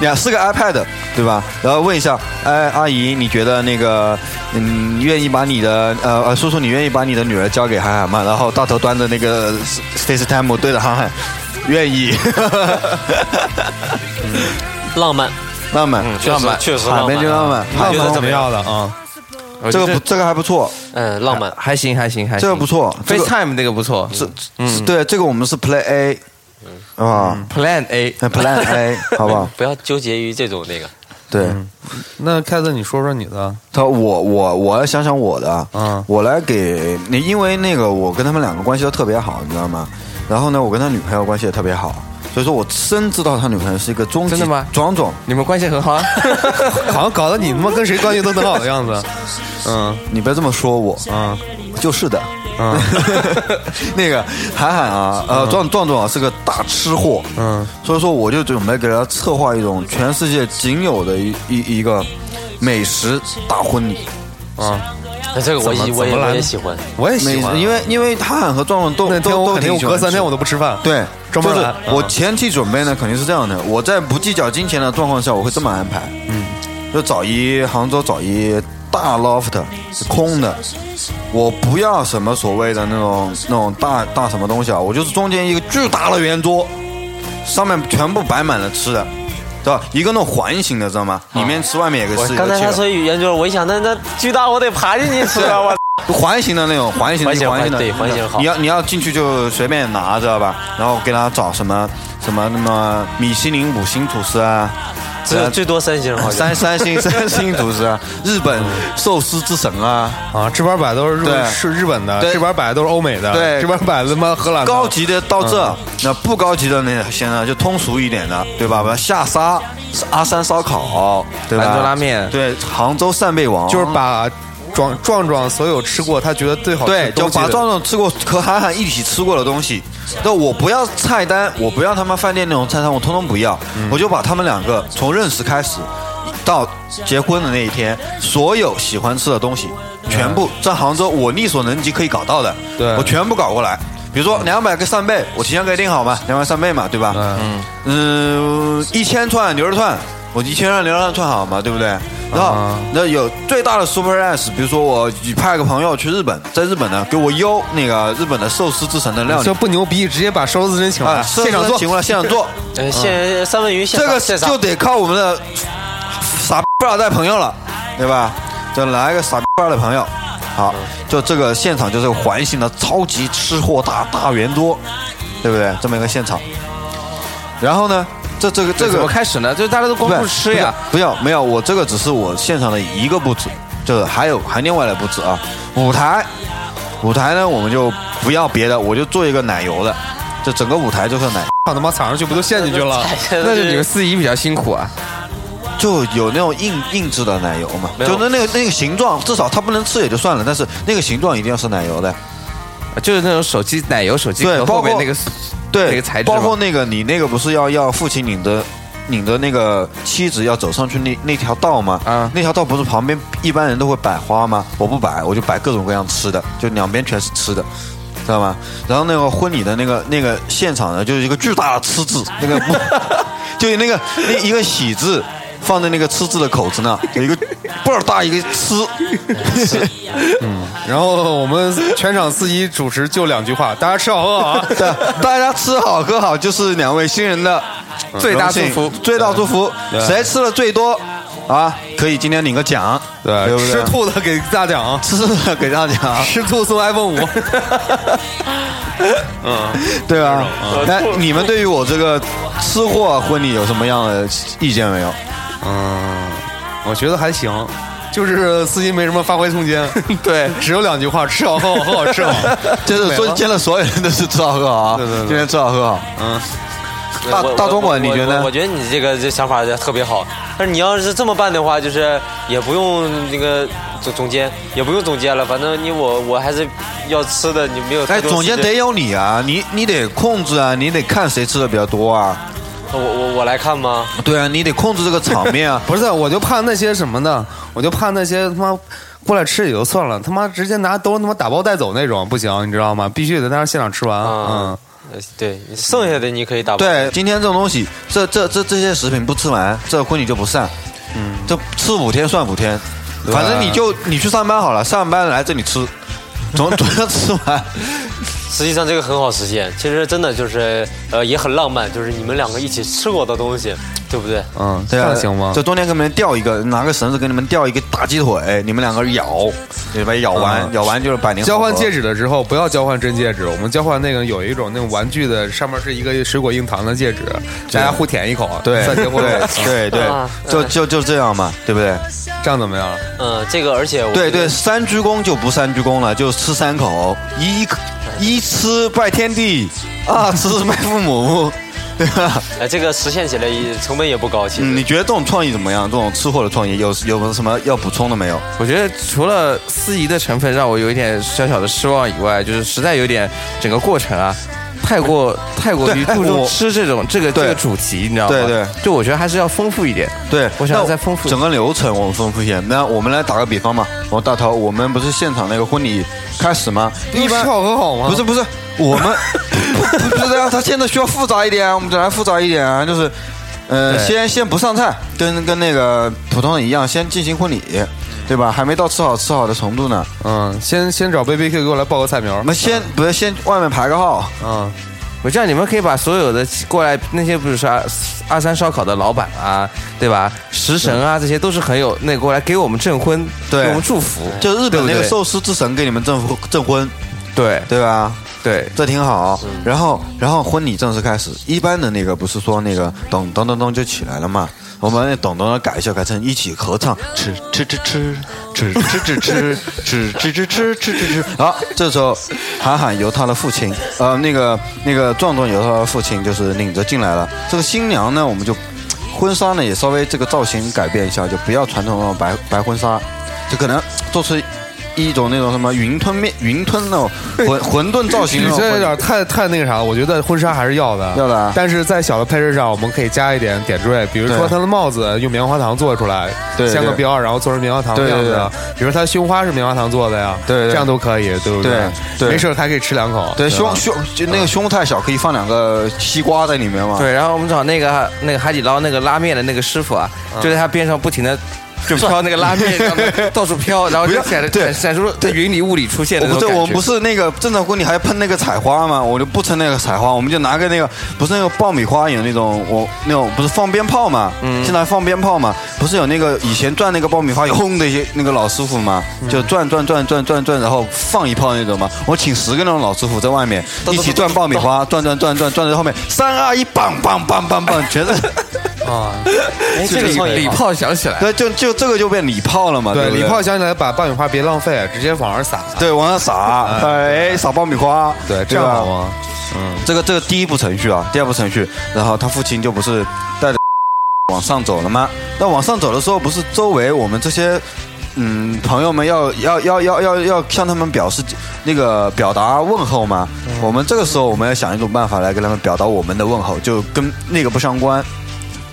Speaker 1: 两四个 iPad，对吧？然后问一下，哎，阿姨，你觉得那个，嗯，愿意把你的呃呃，叔叔，你愿意把你的女儿交给韩寒吗？然后大头端着那个 FaceTime (laughs) 对着韩寒，愿意。
Speaker 3: 浪漫，
Speaker 1: 浪漫，
Speaker 3: 确
Speaker 4: 浪
Speaker 3: 实
Speaker 4: 漫
Speaker 3: 嗯确实
Speaker 1: 海
Speaker 3: 浪
Speaker 1: 边
Speaker 3: 漫
Speaker 1: 就浪漫
Speaker 3: 啊，，
Speaker 1: 浪
Speaker 2: 觉得
Speaker 1: 漫
Speaker 2: 怎么样了啊？
Speaker 4: 我
Speaker 1: 这个
Speaker 4: 觉得
Speaker 1: 不这个还不错，
Speaker 3: 嗯，浪漫。
Speaker 4: 还行还行还行，
Speaker 1: 这个不错这个
Speaker 4: FaceTime 这个不错，是
Speaker 3: 嗯
Speaker 1: 是对这个我们是 Play A 啊
Speaker 4: Plan A。
Speaker 2: 嗯
Speaker 3: 嗯
Speaker 1: 那，Plan A 好不好？
Speaker 3: 不要纠结于这种那个，
Speaker 1: 对。
Speaker 3: 嗯
Speaker 2: 那凯子，你说说你的，
Speaker 1: 他我我我要想想我的，啊
Speaker 2: 嗯
Speaker 1: 我来给你，因为那个我跟他们两个关系都特别好，你知道吗？然后呢，我跟他女朋友关系也特别好，所以说我深知道他女朋友是一个终极
Speaker 4: 真的吗
Speaker 1: 庄总，
Speaker 4: 你们关系很好啊，
Speaker 2: (laughs) 好像搞得你他妈跟谁关系都很好的样子。嗯
Speaker 1: 你别这么说我，
Speaker 2: 嗯
Speaker 1: 就是的。
Speaker 2: 嗯
Speaker 1: (laughs) 那个韩寒啊，呃，壮壮壮啊是个大吃货，
Speaker 2: 嗯，
Speaker 1: 所以说我就准备给他策划一种全世界仅有的一一一个美食大婚礼，
Speaker 2: 嗯，
Speaker 3: 那这个我
Speaker 2: 怎
Speaker 3: 也
Speaker 2: 么
Speaker 3: 我也
Speaker 2: 怎么来呢
Speaker 3: 我也喜欢。
Speaker 2: 我也喜
Speaker 1: 美
Speaker 2: 欢啊。
Speaker 1: 食，因为因为韩寒和壮壮都
Speaker 2: 那天
Speaker 1: 都
Speaker 2: 我
Speaker 1: 都
Speaker 2: 肯定
Speaker 1: 挺喜
Speaker 2: 我隔
Speaker 1: 欢
Speaker 2: 三
Speaker 1: 吃
Speaker 2: 天我都不吃饭。
Speaker 1: 对，
Speaker 2: 专门
Speaker 1: 就是
Speaker 2: 来
Speaker 3: 啊
Speaker 1: 我前期准备呢，肯定是这样的，我在不计较金钱的状况下，我会这么安排，嗯，就找一杭州找一大 loft 空的，我不要什么所谓的那种那种大大什么东西啊，我就是中间一个巨大的圆桌，上面全部摆满了吃的。知道吧一个那种环形的，知道吗？里面吃，外面也可以
Speaker 3: 我
Speaker 1: 吃。
Speaker 3: 刚才
Speaker 1: 也可以
Speaker 3: 他
Speaker 1: 切
Speaker 3: 说语言就是，我一想那那巨大，我得爬进去吃啊！我
Speaker 1: 环形的那种，环形的
Speaker 3: 环形
Speaker 1: 环形的，
Speaker 3: 环对环形好
Speaker 1: 你要你要进去就随便拿，知道吧？然后给他找什么什么那么米其林五星厨师啊，
Speaker 3: 只最多三星好像。
Speaker 1: (laughs) 三三星三星厨师啊，日本寿司之神啊，
Speaker 2: 啊，这边摆的都是日
Speaker 1: 对
Speaker 2: 本是日本的，
Speaker 1: 对
Speaker 2: 这边摆的都是欧美的，
Speaker 1: 对
Speaker 2: 这边摆的他妈荷兰的
Speaker 1: 高级的到这，那不高级的呢，现在就通俗一点的，对吧？把下沙阿三烧烤，对吧？
Speaker 4: 兰州拉面
Speaker 1: 对，杭州扇贝王，
Speaker 2: 就是把壮壮壮所有吃过他觉得最好吃
Speaker 1: 对，
Speaker 2: 的
Speaker 1: 就
Speaker 2: 东西
Speaker 1: 把
Speaker 2: 的
Speaker 1: 壮壮吃过和韩寒一起吃过的东西，那我不要菜单，我不要他妈饭店那种菜单，我通通不要，
Speaker 2: 嗯
Speaker 1: 我就把他们两个从认识开始到结婚的那一天，所有喜欢吃的东西，全部在杭州我力所能及可以搞到的，
Speaker 2: 嗯对嗯
Speaker 1: 我全部搞过来。比如说两百个扇贝，我提前给定好嘛，两百扇贝嘛，对吧？嗯嗯，一千串牛肉串，我一千串牛肉串串好嘛，对不对？然后那有最大的 super rice，比如说我派个朋友去日本，在日本呢给我邮那个日本的寿司之神的料理
Speaker 2: 这不牛逼，直接把寿司人请来
Speaker 1: 啊，
Speaker 2: 现场
Speaker 1: 寿司
Speaker 2: 做
Speaker 1: 请过来现场做，
Speaker 3: 呃，现三文鱼现
Speaker 1: 这个
Speaker 3: 现
Speaker 1: 就得靠我们的傻逼二代朋友了，对吧？就来个傻逼二代朋友，好，就这个现场就是个环形的超级吃货大大圆桌，对不对？这么一个现场。然后呢，这这个这
Speaker 4: 这怎
Speaker 1: 个
Speaker 4: 么开始呢？就是大家都光顾吃呀，
Speaker 1: 不要没有，我这个只是我现场的一个布置，就是还有还另外的布置啊。舞台，舞台呢我们就不要别的，我就做一个奶油的，这整个舞台就是奶，
Speaker 2: 把他妈踩上去不就陷进去了？
Speaker 4: (laughs) 那
Speaker 3: 那
Speaker 4: 就你们
Speaker 3: 个
Speaker 4: 司仪比较辛苦啊。
Speaker 1: 就有那种硬硬质的奶油嘛，
Speaker 3: 没有
Speaker 1: 就那那个那个形状，至少它不能吃也就算了，但是那个形状一定要是奶油的，
Speaker 4: 就是那种手机奶油手机
Speaker 1: 对
Speaker 4: 壳
Speaker 1: 包
Speaker 4: 后
Speaker 1: 括
Speaker 4: 面那个
Speaker 1: 对，
Speaker 4: 那个材质吗，
Speaker 1: 包括那个你那个不是要要父亲领着。领着那个妻子要走上去那那条道吗？
Speaker 4: 啊
Speaker 1: 那条道不是旁边一般人都会摆花吗？我不摆，我就摆各种各样吃的，就两边全是吃的，知道吗？然后那个婚礼的那个那个现场呢，就是一个巨大的吃字，那个 (laughs) 就是那个那一个喜字放在那个吃字的口子那，有一个倍儿大一个吃，
Speaker 2: 然后我们全场司仪主持就两句话：大家吃好喝好啊！
Speaker 1: 对， (laughs) 大家吃好喝好就是两位新人的
Speaker 4: 最大祝福
Speaker 1: 荣幸最大祝福，谁吃的最多啊，可以今天领个奖，对不对？
Speaker 2: 吃兔子给大奖啊，
Speaker 1: (laughs) 吃的给大家，
Speaker 2: 吃兔送 iPhone 五。
Speaker 1: 对吧？那你们对于我这个吃货婚礼有什么样的意见没有？
Speaker 2: 嗯，我觉得还行，就是司机没什么发挥空间，对，只有两句话：吃好喝好喝好吃好。
Speaker 1: 就是说，见了所有人都是吃好喝好啊，
Speaker 2: 对对对。
Speaker 1: 今天吃好喝好。啊大
Speaker 3: 我
Speaker 1: 大总管
Speaker 3: 我
Speaker 1: 你觉得
Speaker 3: 我我觉得你这个这想法特别好，但是你要是这么办的话，就是也不用那个总总监，也不用总监了，反正你我我还是要吃的，你没有
Speaker 1: 哎，
Speaker 3: 太多
Speaker 1: 总监
Speaker 3: 时间
Speaker 1: 得有你啊，你你得控制啊，你得看谁吃的比较多啊，
Speaker 3: 我我我来看吗？
Speaker 1: 对啊，你得控制这个场面啊
Speaker 2: 不是，我就怕那些什么呢？我就怕那些他妈过来吃也就算了，他妈直接拿兜他妈打包带走那种不行，你知道吗？必须得在那儿现场吃完。嗯
Speaker 3: 啊，呃对，剩下的你可以打包。
Speaker 1: 对，今天这种东西，这这这这些食品不吃完，这婚礼就不散。嗯，这吃五天算五天，
Speaker 2: 啊 (laughs)
Speaker 1: 反正你就你去上班好了，上班来这里吃，总总要吃完。
Speaker 3: 实际上这个很好实现，其实真的就是呃也很浪漫，就是你们两个一起吃过的东西，对不对？
Speaker 2: 嗯，这
Speaker 1: 对啊
Speaker 2: 样行吗？
Speaker 1: 就中间给你们吊一个，拿个绳子给你们吊一个大鸡腿，你们两个咬，你把它咬完，
Speaker 2: 嗯
Speaker 1: 咬完就是百灵
Speaker 2: 交换戒
Speaker 1: 指。
Speaker 2: 指的时候不要交换真戒指，我们交换那个有一种那种玩具的，上面是一个水果硬糖的戒指，大家互舔一口，
Speaker 1: 对
Speaker 2: 算
Speaker 1: 对
Speaker 2: 结婚了，
Speaker 1: 对对
Speaker 3: 啊，
Speaker 1: 就就就这样嘛，对不对？
Speaker 2: (laughs) 这样怎么样？
Speaker 3: 嗯，这个而且我
Speaker 1: 对对，三鞠躬就不三鞠躬了，就吃三口，一一吃拜天地，二吃拜父母，对吧？
Speaker 3: 哎、这个实现起来也成本也不高，其实。
Speaker 1: 嗯，你觉得这种创意怎么样？这种吃货的创意有有什么要补充的没有？
Speaker 4: 我觉得除了司仪的成分让我有一点小小的失望以外，就是实在有点整个过程啊，太过太过于
Speaker 1: 对哎
Speaker 4: 注重
Speaker 1: 我
Speaker 4: 吃
Speaker 2: (laughs)
Speaker 4: 这种这个这
Speaker 1: 对
Speaker 4: 个主题，你知道吗？
Speaker 1: 对对，
Speaker 4: 就我觉得还是要丰富一点。
Speaker 1: 对，
Speaker 4: 我想要
Speaker 1: 那
Speaker 4: 再丰富一点
Speaker 1: 整个流程，我们丰富一些。那我们来打个比方嘛，我大头，我们不是现场那个婚礼开始吗？一般
Speaker 2: 好很好吗？
Speaker 1: 不是不是，我
Speaker 4: (laughs)
Speaker 1: 们不不是啊，他现在需要复杂一点啊，我们整来复杂一点啊，就是，呃，
Speaker 4: 对
Speaker 1: 先先不上菜，跟跟那个普通的一样，先进行婚礼，
Speaker 4: 嗯
Speaker 1: 对吧？还没到吃好吃好的程度呢，
Speaker 4: 啊
Speaker 2: 嗯，先先找 baby Q 给我来报个菜名
Speaker 1: 我。们先不是先外面排个
Speaker 4: 啊
Speaker 1: 号，
Speaker 2: 嗯，
Speaker 4: 我叫你们可以把所有的过来那些，比如说二二三烧烤的老板啊，对吧？食神啊，这些都是很有那过来给我们证婚，
Speaker 1: 对
Speaker 4: 给我们祝福，
Speaker 1: 就日本那
Speaker 4: 对不
Speaker 1: 个
Speaker 4: 对
Speaker 1: 寿司之神给你们证婚证婚，
Speaker 4: 对
Speaker 1: 对吧？
Speaker 4: 对
Speaker 1: 这挺好。然后，然后婚礼正式开始。一般的那个不是说那个咚咚咚咚就起来了嘛？我们把那咚咚咚改一下，改成一起合唱，吃吃吃吃吃吃吃吃吃吃吃吃吃吃吃。好，这时候韩寒由他的父亲，呃，那个那个壮壮由他的父亲就是领着进来了。这个新娘呢，我们就婚纱呢也稍微这个造型改变一下，就不要传统那种白白婚纱，就可能做出。一种那种什么云吞面、云吞那种馄馄饨造型
Speaker 2: (laughs) 你
Speaker 1: 那种
Speaker 2: 这
Speaker 1: 婚
Speaker 2: 有 (laughs) 点太太那个啥了，我觉得婚纱还是要的，
Speaker 1: 要的啊
Speaker 2: 但是在小的配饰上，我们可以加一点点缀，比如说
Speaker 1: 对
Speaker 2: 他的帽子用棉花糖做出来，
Speaker 1: 对对
Speaker 2: 镶个标，然后做成棉花糖的
Speaker 1: 对
Speaker 2: 样子
Speaker 1: 对
Speaker 2: 啊。比如他胸花是棉花糖做的呀，
Speaker 1: 对对
Speaker 2: 这样都可以，对不
Speaker 1: 对对
Speaker 2: 没事儿还可以吃两口。
Speaker 1: 对，
Speaker 2: 吧
Speaker 1: 胸胸就那个胸太小，可以放两个西瓜在里面嘛？
Speaker 4: 对。然后我们找那个那个海底捞那个拉面的那个师傅啊，就在他边上不停的。就飘那个拉面，然
Speaker 1: (laughs)
Speaker 4: 后到处飘，然后就闪
Speaker 1: 对
Speaker 4: 闪闪出在云里雾里出现
Speaker 1: 我
Speaker 4: 的那
Speaker 1: 不是，
Speaker 4: 种感觉。
Speaker 1: 我们不是那个正常婚礼还喷那个彩花嘛？我就不喷那个彩花，我们就拿个那个不是那个爆米花有那种我那种不是放鞭炮嘛？现在放鞭炮嘛？不是有那个以前转那个爆米花有轰的一些那个老师傅嘛？就转转转转转转，然后放一炮那种嘛？我请十个那种老师傅在外面一起转爆米花，转转转转转到后面三二一，棒棒棒棒棒，全是， (laughs)
Speaker 2: 啊，
Speaker 3: 哎，这个
Speaker 4: 礼
Speaker 3: 创意
Speaker 4: 礼
Speaker 3: 好
Speaker 4: 炮响起来，
Speaker 1: 对，就就这个就变礼炮了嘛？
Speaker 2: 对，
Speaker 1: 不
Speaker 2: 礼炮想起来把爆米花别浪费，直接往上撒。
Speaker 1: 对，往上撒，哎，撒爆米花，
Speaker 2: 对，这
Speaker 1: 吧
Speaker 2: 样好？吗？
Speaker 1: 这个这个第一步程序啊，第二步程序，然后他父亲就不是带着 (laughs) 往上走了吗？那往上走的时候，不是周围我们这些嗯朋友们要要要要要要向他们表示那个表达问候吗？我们这个时候我们要想一种办法来跟他们表达我们的问候，就跟那个不相关，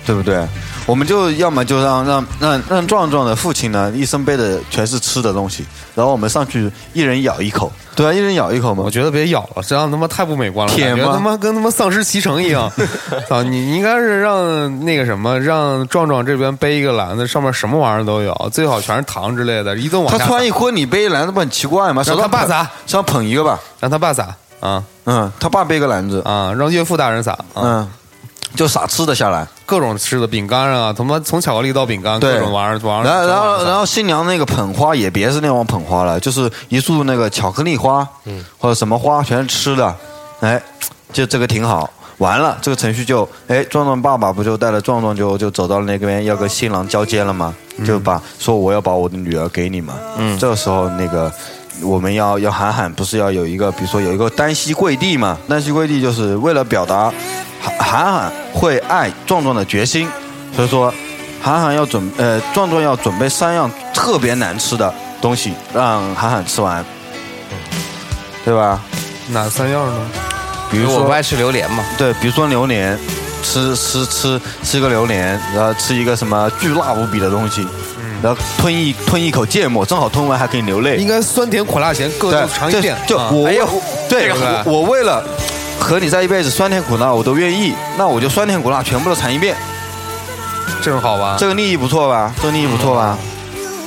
Speaker 1: 对不对？我们就要么就让让让让壮壮的父亲呢一身背的全是吃的东西，然后我们上去一人咬一口，对啊，一人咬一口嘛
Speaker 2: 我。觉得别咬了，这样他妈太不美观了，
Speaker 1: 舔
Speaker 2: 感
Speaker 1: 吗
Speaker 2: 觉他妈跟他妈丧尸骑乘一
Speaker 4: (laughs)
Speaker 2: 样。啊，你你应该是让那个什么，让壮壮这边背一个篮子，上面什么玩意儿都有，最好全是糖之类的，一顿往
Speaker 1: 他
Speaker 2: 下
Speaker 1: 穿
Speaker 2: 撒
Speaker 1: 一婚礼背一篮子不很奇怪吗？手
Speaker 2: 让他
Speaker 1: 上
Speaker 2: 爸
Speaker 1: 捧
Speaker 2: 撒，
Speaker 1: 手上捧一个吧。
Speaker 2: 让他爸撒啊
Speaker 1: 嗯，他爸背个篮子，
Speaker 2: 啊，让岳父大人撒啊，
Speaker 1: 嗯，就撒吃的下来。
Speaker 2: 各种吃的饼干啊，他妈从巧克力到饼干，
Speaker 1: 对，
Speaker 2: 各种玩意儿往
Speaker 1: 然
Speaker 2: 上
Speaker 1: 后，
Speaker 2: 撒。
Speaker 1: 然后，然后新娘那个捧花也别是那种捧花了，就是一束那个巧克力花，嗯，或者什么花，全是吃的。哎，就这个挺好。完了，这个程序就，哎，壮壮爸爸不就带了壮壮就就走到那边要跟新郎交接了吗？
Speaker 2: 嗯
Speaker 1: 就把说我要把我的女儿给你嘛。嗯，这个时候那个我们要要喊喊，不是要有一个，比如说有一个单膝跪地嘛？单膝跪地就是为了表达韩韩寒会爱壮壮的决心，所以说韩寒要准呃壮壮要准备三样特别难吃的东西让韩寒吃完，对吧？
Speaker 2: 哪三样呢？
Speaker 1: 比
Speaker 4: 因
Speaker 1: 如
Speaker 4: 为我不
Speaker 1: 说
Speaker 4: 爱吃榴莲嘛。
Speaker 1: 对，比如说榴莲，吃吃吃吃个榴莲，然后吃一个什么巨辣无比的东西，
Speaker 2: 嗯
Speaker 1: 然后吞一吞一口芥末，正好吞完还可以流泪
Speaker 2: 应。该酸甜苦辣咸各
Speaker 1: 对
Speaker 2: 自，尝一遍。
Speaker 1: 就
Speaker 2: 啊
Speaker 1: 我
Speaker 4: 哎呦
Speaker 1: 对
Speaker 2: 这个吧
Speaker 1: 我我为了和你在一辈子酸甜苦辣我都愿意，那我就酸甜
Speaker 2: 啊
Speaker 1: 苦辣全部都尝一遍，
Speaker 2: 这种好吧？
Speaker 1: 这个利益不错吧？这个利益不错吧？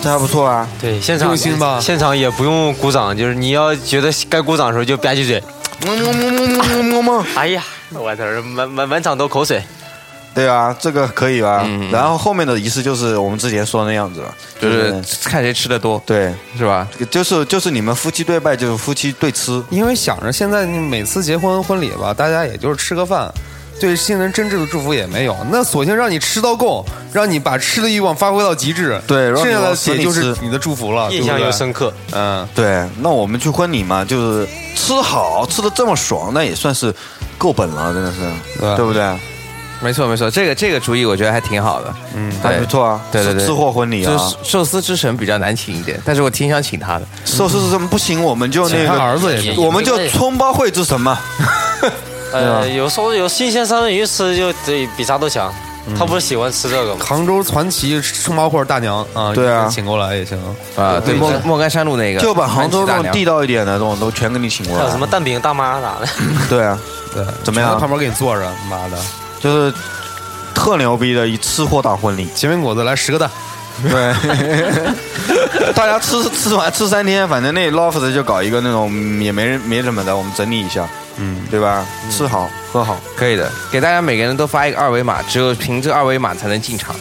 Speaker 1: 这还不错啊。
Speaker 3: 对，现场
Speaker 2: 用心吧
Speaker 3: 现场也不用鼓掌，就是你要觉得该鼓掌的时候就吧唧嘴。
Speaker 1: 么么么么么么么。
Speaker 3: 哎呀，我操，满满满场都口水。
Speaker 1: 对啊，这个可以吧？然后后面的仪式就是我们之前说的那样子了，
Speaker 4: 嗯就是看谁吃的多，
Speaker 1: 对，
Speaker 4: 是吧？嗯
Speaker 1: 就是就是你们夫妻对拜，就是夫妻对吃。
Speaker 2: 因为想着现在你每次结婚婚礼吧，大家也就是吃个饭，对新人真挚的祝福也没有。那索性让你吃到够，让你把吃的欲望发挥到极致，
Speaker 1: 对让你
Speaker 2: 剩下
Speaker 1: 往
Speaker 2: 的
Speaker 1: 死里
Speaker 2: 也就是
Speaker 1: 吃
Speaker 2: 你的祝福了，
Speaker 3: 印象
Speaker 2: 对
Speaker 3: 又
Speaker 2: 不对
Speaker 3: 深刻。
Speaker 2: 嗯，
Speaker 1: 对，那我们去婚礼嘛，就是吃好，吃的这么爽，那也算是够本了，真的是，
Speaker 2: 对
Speaker 1: 对不对？
Speaker 4: 没错没错，这个这个主意我觉得还挺好的，嗯，
Speaker 1: 还不错啊，
Speaker 4: 对对对，
Speaker 1: 吃货婚礼啊
Speaker 4: 就，是寿司之神比较难请一点，但是我挺想请他的。
Speaker 1: 寿司之神不行，我们就那
Speaker 2: 他
Speaker 1: 个，
Speaker 2: 儿子也是
Speaker 3: 也
Speaker 1: 我们就葱包会之神嘛。
Speaker 3: 呃，有时候有新鲜三文鱼吃就对比啥都强。
Speaker 2: 嗯
Speaker 3: 他不是喜欢吃这个吗？
Speaker 2: 杭州传奇葱包或大娘啊，
Speaker 1: 对啊
Speaker 2: 请过来也行。
Speaker 4: 啊，
Speaker 1: 对
Speaker 4: 对，莫
Speaker 1: 这
Speaker 4: 莫干山路那个，
Speaker 1: 就把杭州
Speaker 4: 番
Speaker 1: 这种
Speaker 4: 茄大
Speaker 1: 地
Speaker 4: 娘
Speaker 1: 道一点的这种都全给你请过
Speaker 3: 还有什
Speaker 1: 来
Speaker 3: 么。蛋饼大妈啥的，
Speaker 1: 对啊，
Speaker 2: 对，
Speaker 1: 怎么样
Speaker 2: 全在旁边给你坐着，妈的，
Speaker 1: 就是特牛逼的一吃货大婚礼。
Speaker 2: 煎饼果子来十个蛋，
Speaker 1: 对， (laughs) 大家吃吃完吃三天，反正那 loft 就搞一个那种嗯也没人没什么的，我们整理一下，嗯，对吧？吃好喝好，
Speaker 4: 可以的，给大家每个人都发一个二维码，只有凭这二维码才能进场，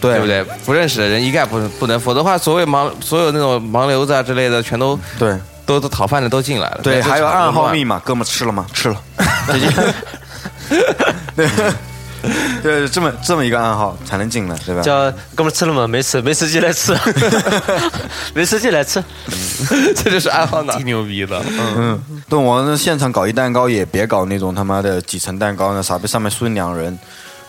Speaker 1: 对
Speaker 4: 对不？对？不认识的人一概不不能，否则的话，所有盲所有那种盲流子啊之类的，全都
Speaker 1: 对
Speaker 4: 都都讨饭的都进来了。
Speaker 1: 对，还有暗号密
Speaker 4: 码，
Speaker 1: 码，哥们吃了吗？吃了，直接， (laughs) 对对，这么这么一个暗号才能进来，对吧？
Speaker 3: 叫哥们儿吃了吗？没吃，没吃进
Speaker 2: (laughs)
Speaker 3: 来吃，没吃进来吃。
Speaker 4: (laughs) 这就是暗号呢
Speaker 2: 挺。牛逼的。嗯，
Speaker 1: 嗯，对，我那现场搞一蛋糕也别搞那种他妈的几层蛋糕呢，傻逼上面顺两人，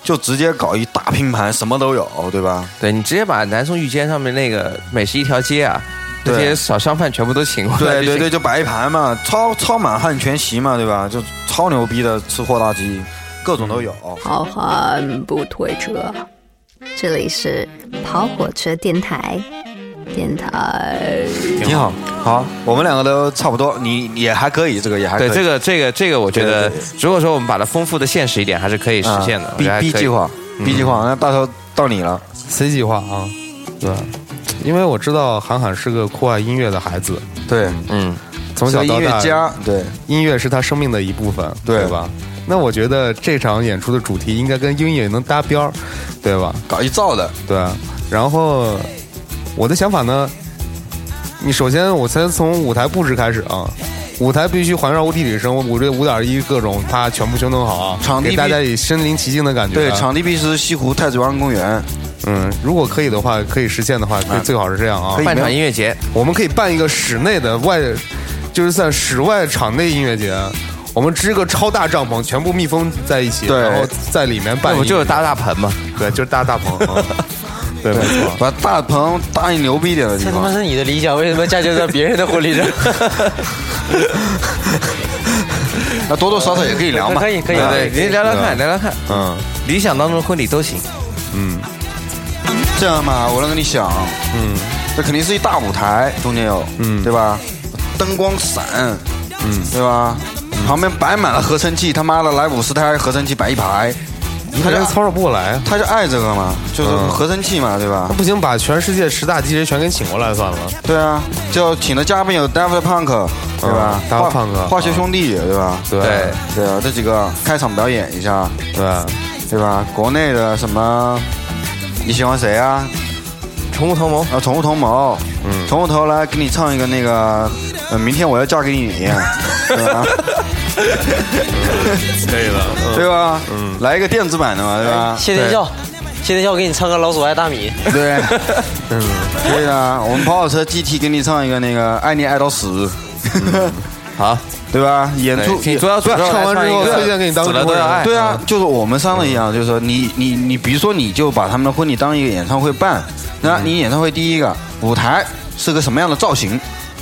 Speaker 1: 就直接搞一大拼盘，什么都有，对吧？
Speaker 4: 对你直接把南宋御街上面那个美食一条街啊，
Speaker 1: 对
Speaker 4: 那些小商贩全部都请过来
Speaker 1: (laughs) 对
Speaker 4: 就行。
Speaker 1: 对对，就摆一盘嘛，超超满汉全席嘛，对吧？就超牛逼的吃货大集，各种都有。
Speaker 7: 好汉不推车。这里是跑火车电台，电台。
Speaker 1: 挺好，好，我们两个都差不多，你也还可以，这个也还可以。
Speaker 4: 对这个这个这个，我觉得
Speaker 1: 对对
Speaker 4: 如果说我们把它丰富的现实一点，还是可以实
Speaker 1: 啊
Speaker 4: 现的。我
Speaker 1: B
Speaker 4: 觉得还
Speaker 1: B
Speaker 4: 可以
Speaker 1: 计划，B 计划，那到时候到你了。
Speaker 2: C 计划啊，对，因为我知道韩寒是个酷爱音乐的孩子，
Speaker 1: 对，
Speaker 4: 嗯，
Speaker 2: 从小
Speaker 1: 是
Speaker 2: 到
Speaker 1: 音乐
Speaker 2: 大，
Speaker 1: 家，对
Speaker 2: 音乐是他生命的一部分，
Speaker 1: 对
Speaker 2: 吧？那我觉得这场演出的主题应该跟音乐能搭边儿，对吧？
Speaker 1: 搞一造的，
Speaker 2: 对。然后我的想法呢，你首先我先从舞台布置开始啊，舞台必须环绕物体里生，我这五点一各种它全部修弄好啊，
Speaker 1: (laughs) 场地
Speaker 2: 给大
Speaker 1: 必
Speaker 2: 家以身临其境的感觉。啊
Speaker 1: 对，场地必须是西湖太子湾公园，
Speaker 2: 嗯，如果可以的话，可以实现的话，可以最好是这样啊
Speaker 1: 可以。
Speaker 4: 半场音乐节，
Speaker 2: 我们可以办一个室内的外，就是在室外场内音乐节，我们支个超大帐篷，全部密封在一起，
Speaker 1: 对
Speaker 2: 然后在里面办
Speaker 4: 那
Speaker 2: 一
Speaker 4: 不
Speaker 2: 个，
Speaker 4: 就是搭大棚吗？
Speaker 2: 对，就是搭大棚。 (laughs) 啊对，没错。
Speaker 1: 把大棚搭一牛逼一点的地
Speaker 3: 这他妈
Speaker 1: 方。
Speaker 3: 是你的理想，为什么嫁接在别人的婚
Speaker 4: (laughs)
Speaker 3: 礼上？
Speaker 1: 那多多少少也可以聊嘛。
Speaker 3: 可以可以
Speaker 1: 啊
Speaker 4: 对，你聊聊看，聊聊看，
Speaker 2: 嗯，
Speaker 4: 理想当中的婚礼都行。
Speaker 1: 这样嘛，我能跟你想，嗯，这肯定是一大舞台，中间有，嗯，对吧？灯光闪，嗯，对吧？旁边摆满了合成器，他妈的来五十台合成器摆一排，
Speaker 2: 他
Speaker 1: 他
Speaker 2: 这
Speaker 1: 就
Speaker 2: 操作不过来啊。
Speaker 1: 他就爱这个嘛，就是
Speaker 2: 嗯
Speaker 1: 合成器嘛，对吧
Speaker 2: 那？不行，把全世界十大 DJ 全给请过来算了。
Speaker 1: 对啊，就请的嘉宾有 Daft Punk，对吧
Speaker 2: 嗯，Daft
Speaker 1: 化
Speaker 2: Punk，
Speaker 1: 化学兄弟，对吧？
Speaker 4: 对，
Speaker 1: 对啊，这几个开场表演一下，
Speaker 2: 对，
Speaker 1: 对吧？国内的什么？你喜欢谁啊？
Speaker 4: 宠物同盟，
Speaker 1: 啊，宠物同谋，嗯，宠物头来给你唱一个那个，呃，明天我要嫁给你，对吧？
Speaker 2: 可以的。
Speaker 1: 对吧？嗯，来一个电子版的嘛，对吧？
Speaker 3: 谢天笑，谢天笑给你唱个《老鼠爱大米》。
Speaker 4: 哎
Speaker 1: 对，
Speaker 4: (laughs)
Speaker 1: 嗯，对啊，我们跑跑车 GT 给你唱一个那个爱你爱到死，
Speaker 4: 好，
Speaker 1: (laughs) 对吧？演
Speaker 4: 嗯对
Speaker 1: 出
Speaker 4: 请左摇左
Speaker 1: 不是
Speaker 4: 手
Speaker 2: 唱完之后，
Speaker 4: 对啊
Speaker 2: 推荐给你当
Speaker 4: 死了
Speaker 2: 主
Speaker 4: 都
Speaker 2: 持
Speaker 4: 要
Speaker 2: 人
Speaker 4: 爱嗯
Speaker 1: 对啊，就是我们三个一样，就是说你你你，比如说你就把他们的婚礼当一个演唱会办，那
Speaker 4: 嗯
Speaker 1: 你演唱会第一个舞台是个什么样的造型？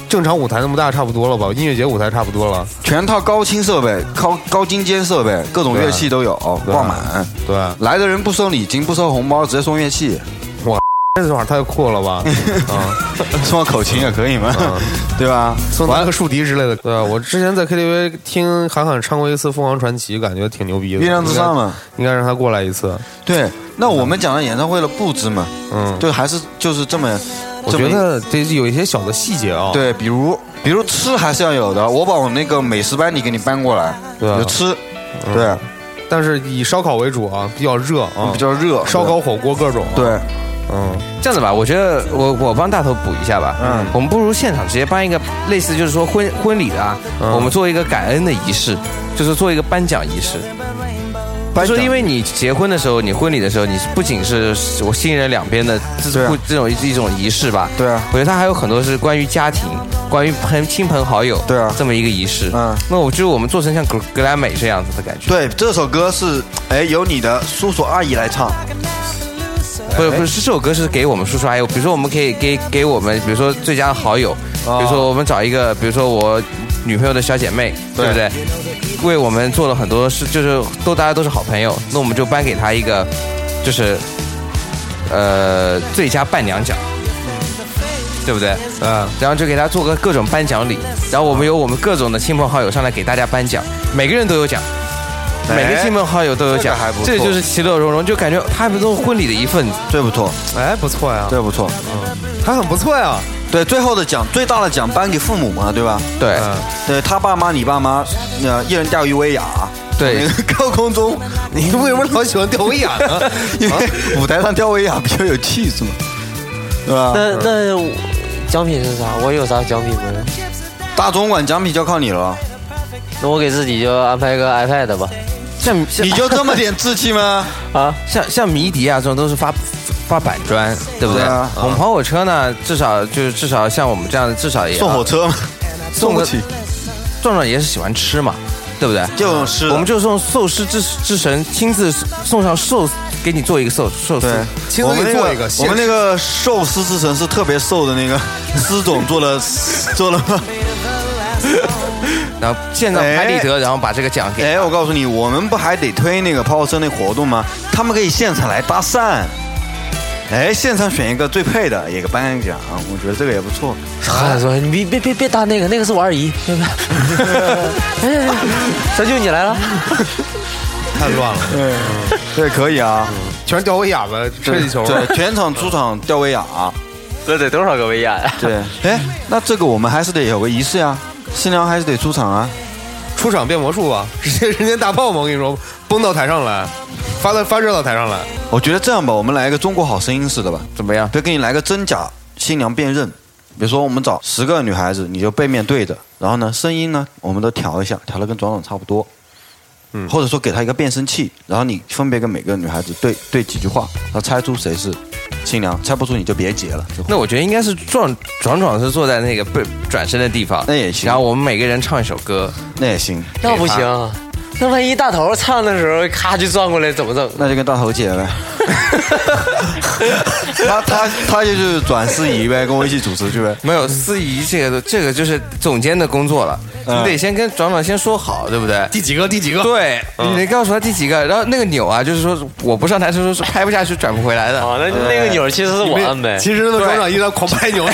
Speaker 2: 正常舞台那么大差不多了吧？音乐节舞台差不多了。
Speaker 1: 全套高清设备、高高精尖设备，各种乐器都有，
Speaker 2: 对啊
Speaker 1: 挂满。
Speaker 2: 对，
Speaker 1: 来的人不收礼金，不收红包，直接送乐器，
Speaker 2: 这玩意儿太酷了吧？啊，
Speaker 1: (laughs) 送个口琴也可以嘛， (laughs) 对吧？
Speaker 2: 送他个竖笛之类的。对，我之前在 KTV 听韩寒唱过一次《凤凰传奇》，感觉挺牛逼的。
Speaker 1: 月亮之上嘛，
Speaker 2: 应该，应该让他过来一次。
Speaker 1: 对。那我们讲了演唱会的布置嘛，
Speaker 2: 嗯，
Speaker 1: 对，还是就是这么
Speaker 2: 我觉得这有一些小的细节啊。，
Speaker 1: 对，比如比如吃还是要有的，我把我那个美食班底给你搬过来，
Speaker 2: 对啊
Speaker 1: 有吃，对，
Speaker 2: 但是以烧烤为主啊，比较热啊，
Speaker 1: 比较热，
Speaker 2: 烧烤、火锅各种。，
Speaker 1: 对，
Speaker 2: 嗯，
Speaker 4: 这样子吧，我觉得我我帮大头补一下吧。
Speaker 1: 嗯
Speaker 4: 嗯，我们不如现场直接办一个类似，就是说婚婚礼的啊，
Speaker 1: 嗯
Speaker 4: 我们做一个感恩的仪式，就是做一个颁奖仪式。
Speaker 1: 颁
Speaker 4: 就是
Speaker 1: 奖
Speaker 4: 因为你结婚的时候，你婚礼的时候，你不仅是我新人两边的
Speaker 1: 对
Speaker 4: 这
Speaker 1: 啊
Speaker 4: 互这种一种仪式吧，
Speaker 1: 对啊
Speaker 4: 我觉得它还有很多是关于家庭、关于朋亲朋好友，
Speaker 1: 对啊
Speaker 4: 这么一个仪式。
Speaker 1: 嗯
Speaker 4: 嗯，那我就是我们做成像格格莱美这样子的感觉，
Speaker 1: 对，这首歌是哎由你的叔叔阿姨来唱，哎
Speaker 4: 不是不是，这首歌是给我们叔叔阿姨，比如说我们可以给给我们，比如说最佳好友，
Speaker 1: 哦
Speaker 4: 比如说我们找一个，比如说我女朋友的小姐妹，对不对？为我们做了很多事，就是都大家都是好朋友，那我们就颁给她一个，就是呃最佳伴娘奖，对不对？
Speaker 2: 嗯，
Speaker 4: 然后就给她做个各种颁奖礼，然后我们有我们各种的亲朋好友上来给大家颁奖，每个人都有奖。每个
Speaker 1: 哎
Speaker 4: 亲朋好友都有
Speaker 1: 这
Speaker 4: 奖
Speaker 1: 个还不，
Speaker 4: 这
Speaker 1: 错
Speaker 4: 就是其乐融融，就感觉他们都是婚礼的一份子。
Speaker 1: 这不错，
Speaker 2: 哎，不错呀，
Speaker 1: 这不错，
Speaker 2: 还很不错呀。
Speaker 1: 对，最后的奖最大的奖颁给父母嘛，对吧？
Speaker 4: 对，
Speaker 2: 嗯，
Speaker 1: 对呃他爸妈，你爸妈，呃，一人钓鱼为雅。
Speaker 4: 对，
Speaker 1: 高空中，
Speaker 2: 你为什么老喜欢吊威亚呢？
Speaker 1: 因为舞台上吊威亚比较有气质嘛，对
Speaker 2: 啊
Speaker 1: 吧？
Speaker 3: 那那我奖品是啥？我有啥奖品吗？
Speaker 1: 大总管奖品就靠你了，
Speaker 3: 那我给自己就安排个 iPad 吧。
Speaker 4: 像像
Speaker 1: 你就这么点志气 (laughs) 吗？
Speaker 3: 啊，
Speaker 4: (laughs) 像像迷笛啊这种都是发发板砖，对不对？
Speaker 1: 对啊
Speaker 4: 我们跑火车呢，至少就是至少像我们这样的，至少也要啊
Speaker 1: 送火车 (laughs) 吗？
Speaker 4: 送
Speaker 1: 不
Speaker 4: 个
Speaker 1: 起，
Speaker 4: 壮壮也是喜欢吃嘛，对不对？
Speaker 1: 就啊用吃的。
Speaker 4: 我们就送寿司之之神亲自送上寿，给你做一个寿寿司。
Speaker 1: 对，
Speaker 2: 亲
Speaker 1: 我
Speaker 2: 自
Speaker 1: 们
Speaker 2: 给
Speaker 1: 那
Speaker 2: 你做一个
Speaker 1: 我们那
Speaker 2: 现
Speaker 1: 个寿司之神是特别瘦的那个 (laughs) 司总做了，做了。
Speaker 4: 然后见到拍立得，然后把这个奖给。
Speaker 1: 哎哎，我告诉你，我们不还得推那个跑火车那活动吗？他们可以现场来搭讪。哎，现场选一个最配的，也给颁个奖，我觉得这个也不错。
Speaker 3: 他说你别别别别搭那个，那个是我二姨。别别哎，小舅你来了。
Speaker 2: 太乱了，
Speaker 1: 对，可以啊，
Speaker 2: 全是吊威亚吧，吹气球。
Speaker 1: 对，全场出场吊威亚。
Speaker 3: 这得多少个维亚呀？
Speaker 1: (laughs) 对，哎，那这个我们还是得有个仪式呀、新娘还是得出场啊。
Speaker 2: 出场变魔术吧， (laughs) 直接人间大炮嘛，我跟你说，崩到台上来，发到发射到台上来。
Speaker 1: 我觉得这样吧，我们来一个中国好声音似的吧，
Speaker 4: 怎么样？
Speaker 1: 别给你来个真假新娘辨认。比如说，我们找十个女孩子，你就背面对着，然后呢，声音呢，我们都调一下，调的跟壮壮差不多。嗯，或者说给她一个变声器，然后你分别跟每个女孩子对对几句话，然后猜出谁是新娘，猜不出你就别结了。就
Speaker 4: 那我觉得应该是壮壮壮是坐在那个被转身的地方，
Speaker 1: 那也行
Speaker 4: 然后我们每个人唱一首歌，
Speaker 1: 那也行，
Speaker 3: 那不行，那万一大头唱的时候咔就转过来，怎么整？
Speaker 1: 那就跟大头结呗。 (laughs) 他他他就是转司仪呗，跟我一起主持去 (laughs) 呗。
Speaker 4: 没有司仪这个这个就是总监的工作了，
Speaker 1: 嗯
Speaker 4: 你得先跟壮壮先说好，对不对？
Speaker 2: 第几个？第几个？
Speaker 4: 对，你得告诉他第几个，然后那个钮啊，就是说我不上台是说是拍不下去，转不回来的。
Speaker 3: 啊，那那个钮儿其实是我按呗。
Speaker 2: 其实呢，庄长一直在狂拍牛，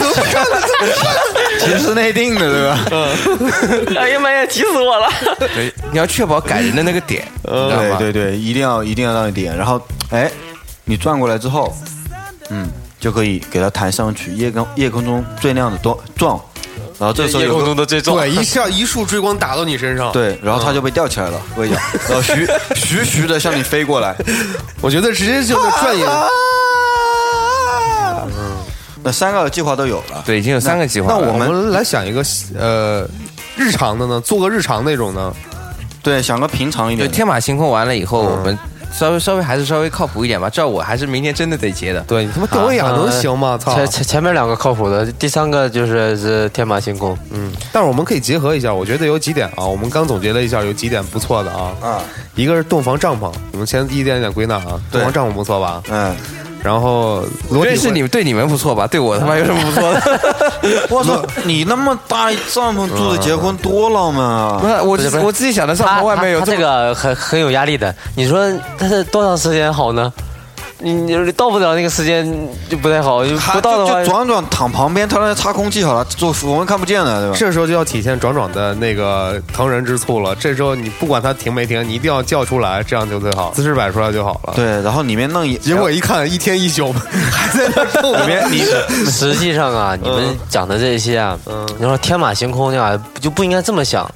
Speaker 1: 其实内定的对吧？
Speaker 3: 哎呀妈呀，急死我了！
Speaker 4: 对，你要确保感人的那个点，你知道
Speaker 1: 对
Speaker 4: 吗？
Speaker 1: 对对，一定要一定要让你点。然后，哎，你转过来之后，嗯，就可以给它弹上去，夜空夜空中最亮的多撞，然后这时候有个
Speaker 3: 的最重
Speaker 2: 对，一下一束追光打到你身上。，
Speaker 1: 对，然后它就被吊起来了，我 (laughs) 跟你讲，然后徐徐徐的向你飞过 (laughs) 来。
Speaker 2: 我觉得直接就是转眼。
Speaker 1: 那三个计划都有了，
Speaker 4: 对已经有三个计划
Speaker 2: 那
Speaker 4: 了。
Speaker 2: 我们来想一个呃日常的呢，做个日常那种呢，
Speaker 1: 对，想个平常一
Speaker 4: 就
Speaker 1: 点的。
Speaker 4: 天马行空完了以后，我们稍微稍微还是稍微靠谱一点吧。这我还是明天真的得结的。
Speaker 2: 对你他妈吊威
Speaker 3: 啊
Speaker 2: 亚能行吗？操！
Speaker 3: 前前前面两个靠谱的，第三个就是是天马行空。嗯，
Speaker 2: 但是我们可以结合一下，我觉得有几点啊，我们刚总结了一下，有几点不错的啊。
Speaker 1: 啊，
Speaker 2: 一个是洞房帐篷，我们先一点一点归纳啊，洞房帐篷不错吧？
Speaker 1: 嗯，
Speaker 2: 然后裸体
Speaker 4: 认识
Speaker 2: 婚
Speaker 4: 你对你们不错吧？对我他妈有什么不错的？
Speaker 1: 我操，你那么大一帐篷住着结婚多浪漫
Speaker 4: (laughs) 不
Speaker 1: 啊！
Speaker 4: 是我
Speaker 3: 不是
Speaker 4: 我自己想的，上
Speaker 3: 他
Speaker 4: 头外面有
Speaker 3: 他他
Speaker 4: 这
Speaker 3: 这
Speaker 4: 么
Speaker 3: 个很很有压力的。你说他是多长时间好呢？你你到不了那个时间就不太好，不到的话
Speaker 1: 就壮壮躺旁边，他让他插空气好了，做我们看不见的，对吧？
Speaker 2: 这时候就要体现壮壮的那个疼人之处了。这时候你不管他停没停，你一定要叫出来，这样就最好，姿势摆出来就好了。，
Speaker 1: 对，然后里面弄一，
Speaker 2: 结果一看一天一宿还在那儿动，
Speaker 1: 里面你
Speaker 3: 实际上啊，
Speaker 1: 嗯
Speaker 3: 你们讲的这些啊，你说天马行空的啊，就不应该这么想。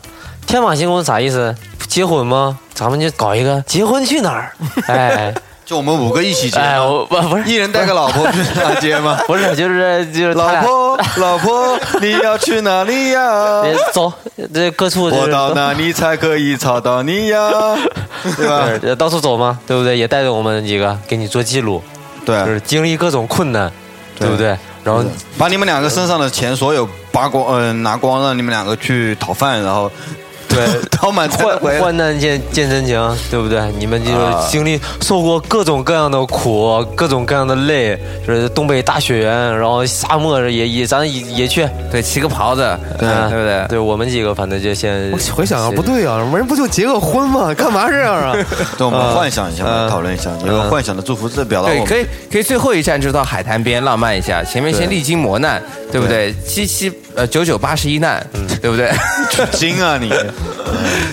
Speaker 3: 天马行空是啥意思？结婚吗？咱们就搞一个结婚去哪儿？
Speaker 1: (laughs)
Speaker 3: 哎
Speaker 1: 就我们五个一起接，
Speaker 3: 哎，我不不
Speaker 1: 一
Speaker 3: 是
Speaker 1: 人带个老婆去大街
Speaker 3: (laughs)
Speaker 1: 吗？
Speaker 3: 不是，就是就是他
Speaker 1: 老
Speaker 3: 俩
Speaker 1: 婆，老婆，你要去哪里
Speaker 3: (laughs)
Speaker 1: 呀？
Speaker 3: 哎走，这各处就
Speaker 1: 我
Speaker 3: 是
Speaker 1: 到哪里才可以找到你呀？对吧？
Speaker 3: 对呃到处走嘛，对不对？也带着我们几个给你做记录，就
Speaker 1: 对啊
Speaker 3: 是，经历各种困难，对不对？然后
Speaker 1: 把你们两个身上的钱所有扒光，嗯、拿光，让你们两个去讨饭，然后 (laughs)
Speaker 3: 对
Speaker 1: 讨满才
Speaker 3: 患
Speaker 1: 能回来。
Speaker 3: 患难见见真情，对不对？你们就是经历受过各种各样的苦，各种各样的累，就是东北大雪原，然后沙漠也也咱也也去，
Speaker 4: 对，骑个狍子，对
Speaker 3: 嗯
Speaker 4: 对不对？
Speaker 3: 对我们几个反正就
Speaker 2: (laughs)
Speaker 3: 先
Speaker 2: 我回想啊，不，对啊，人不就结个婚吗？ (laughs) 干嘛这样啊？
Speaker 1: 对，我
Speaker 3: 嗯
Speaker 1: 们幻想一下，我们讨论一下，有个幻想的祝福是表达
Speaker 4: 对，
Speaker 1: 我
Speaker 4: 可
Speaker 1: 们。
Speaker 4: 以可以，最后一站就是到海滩边浪漫一下，前面先历经磨难，对不对？七七呃九九八十一难，
Speaker 1: 嗯 (laughs)
Speaker 4: 对不对？
Speaker 1: 精啊你！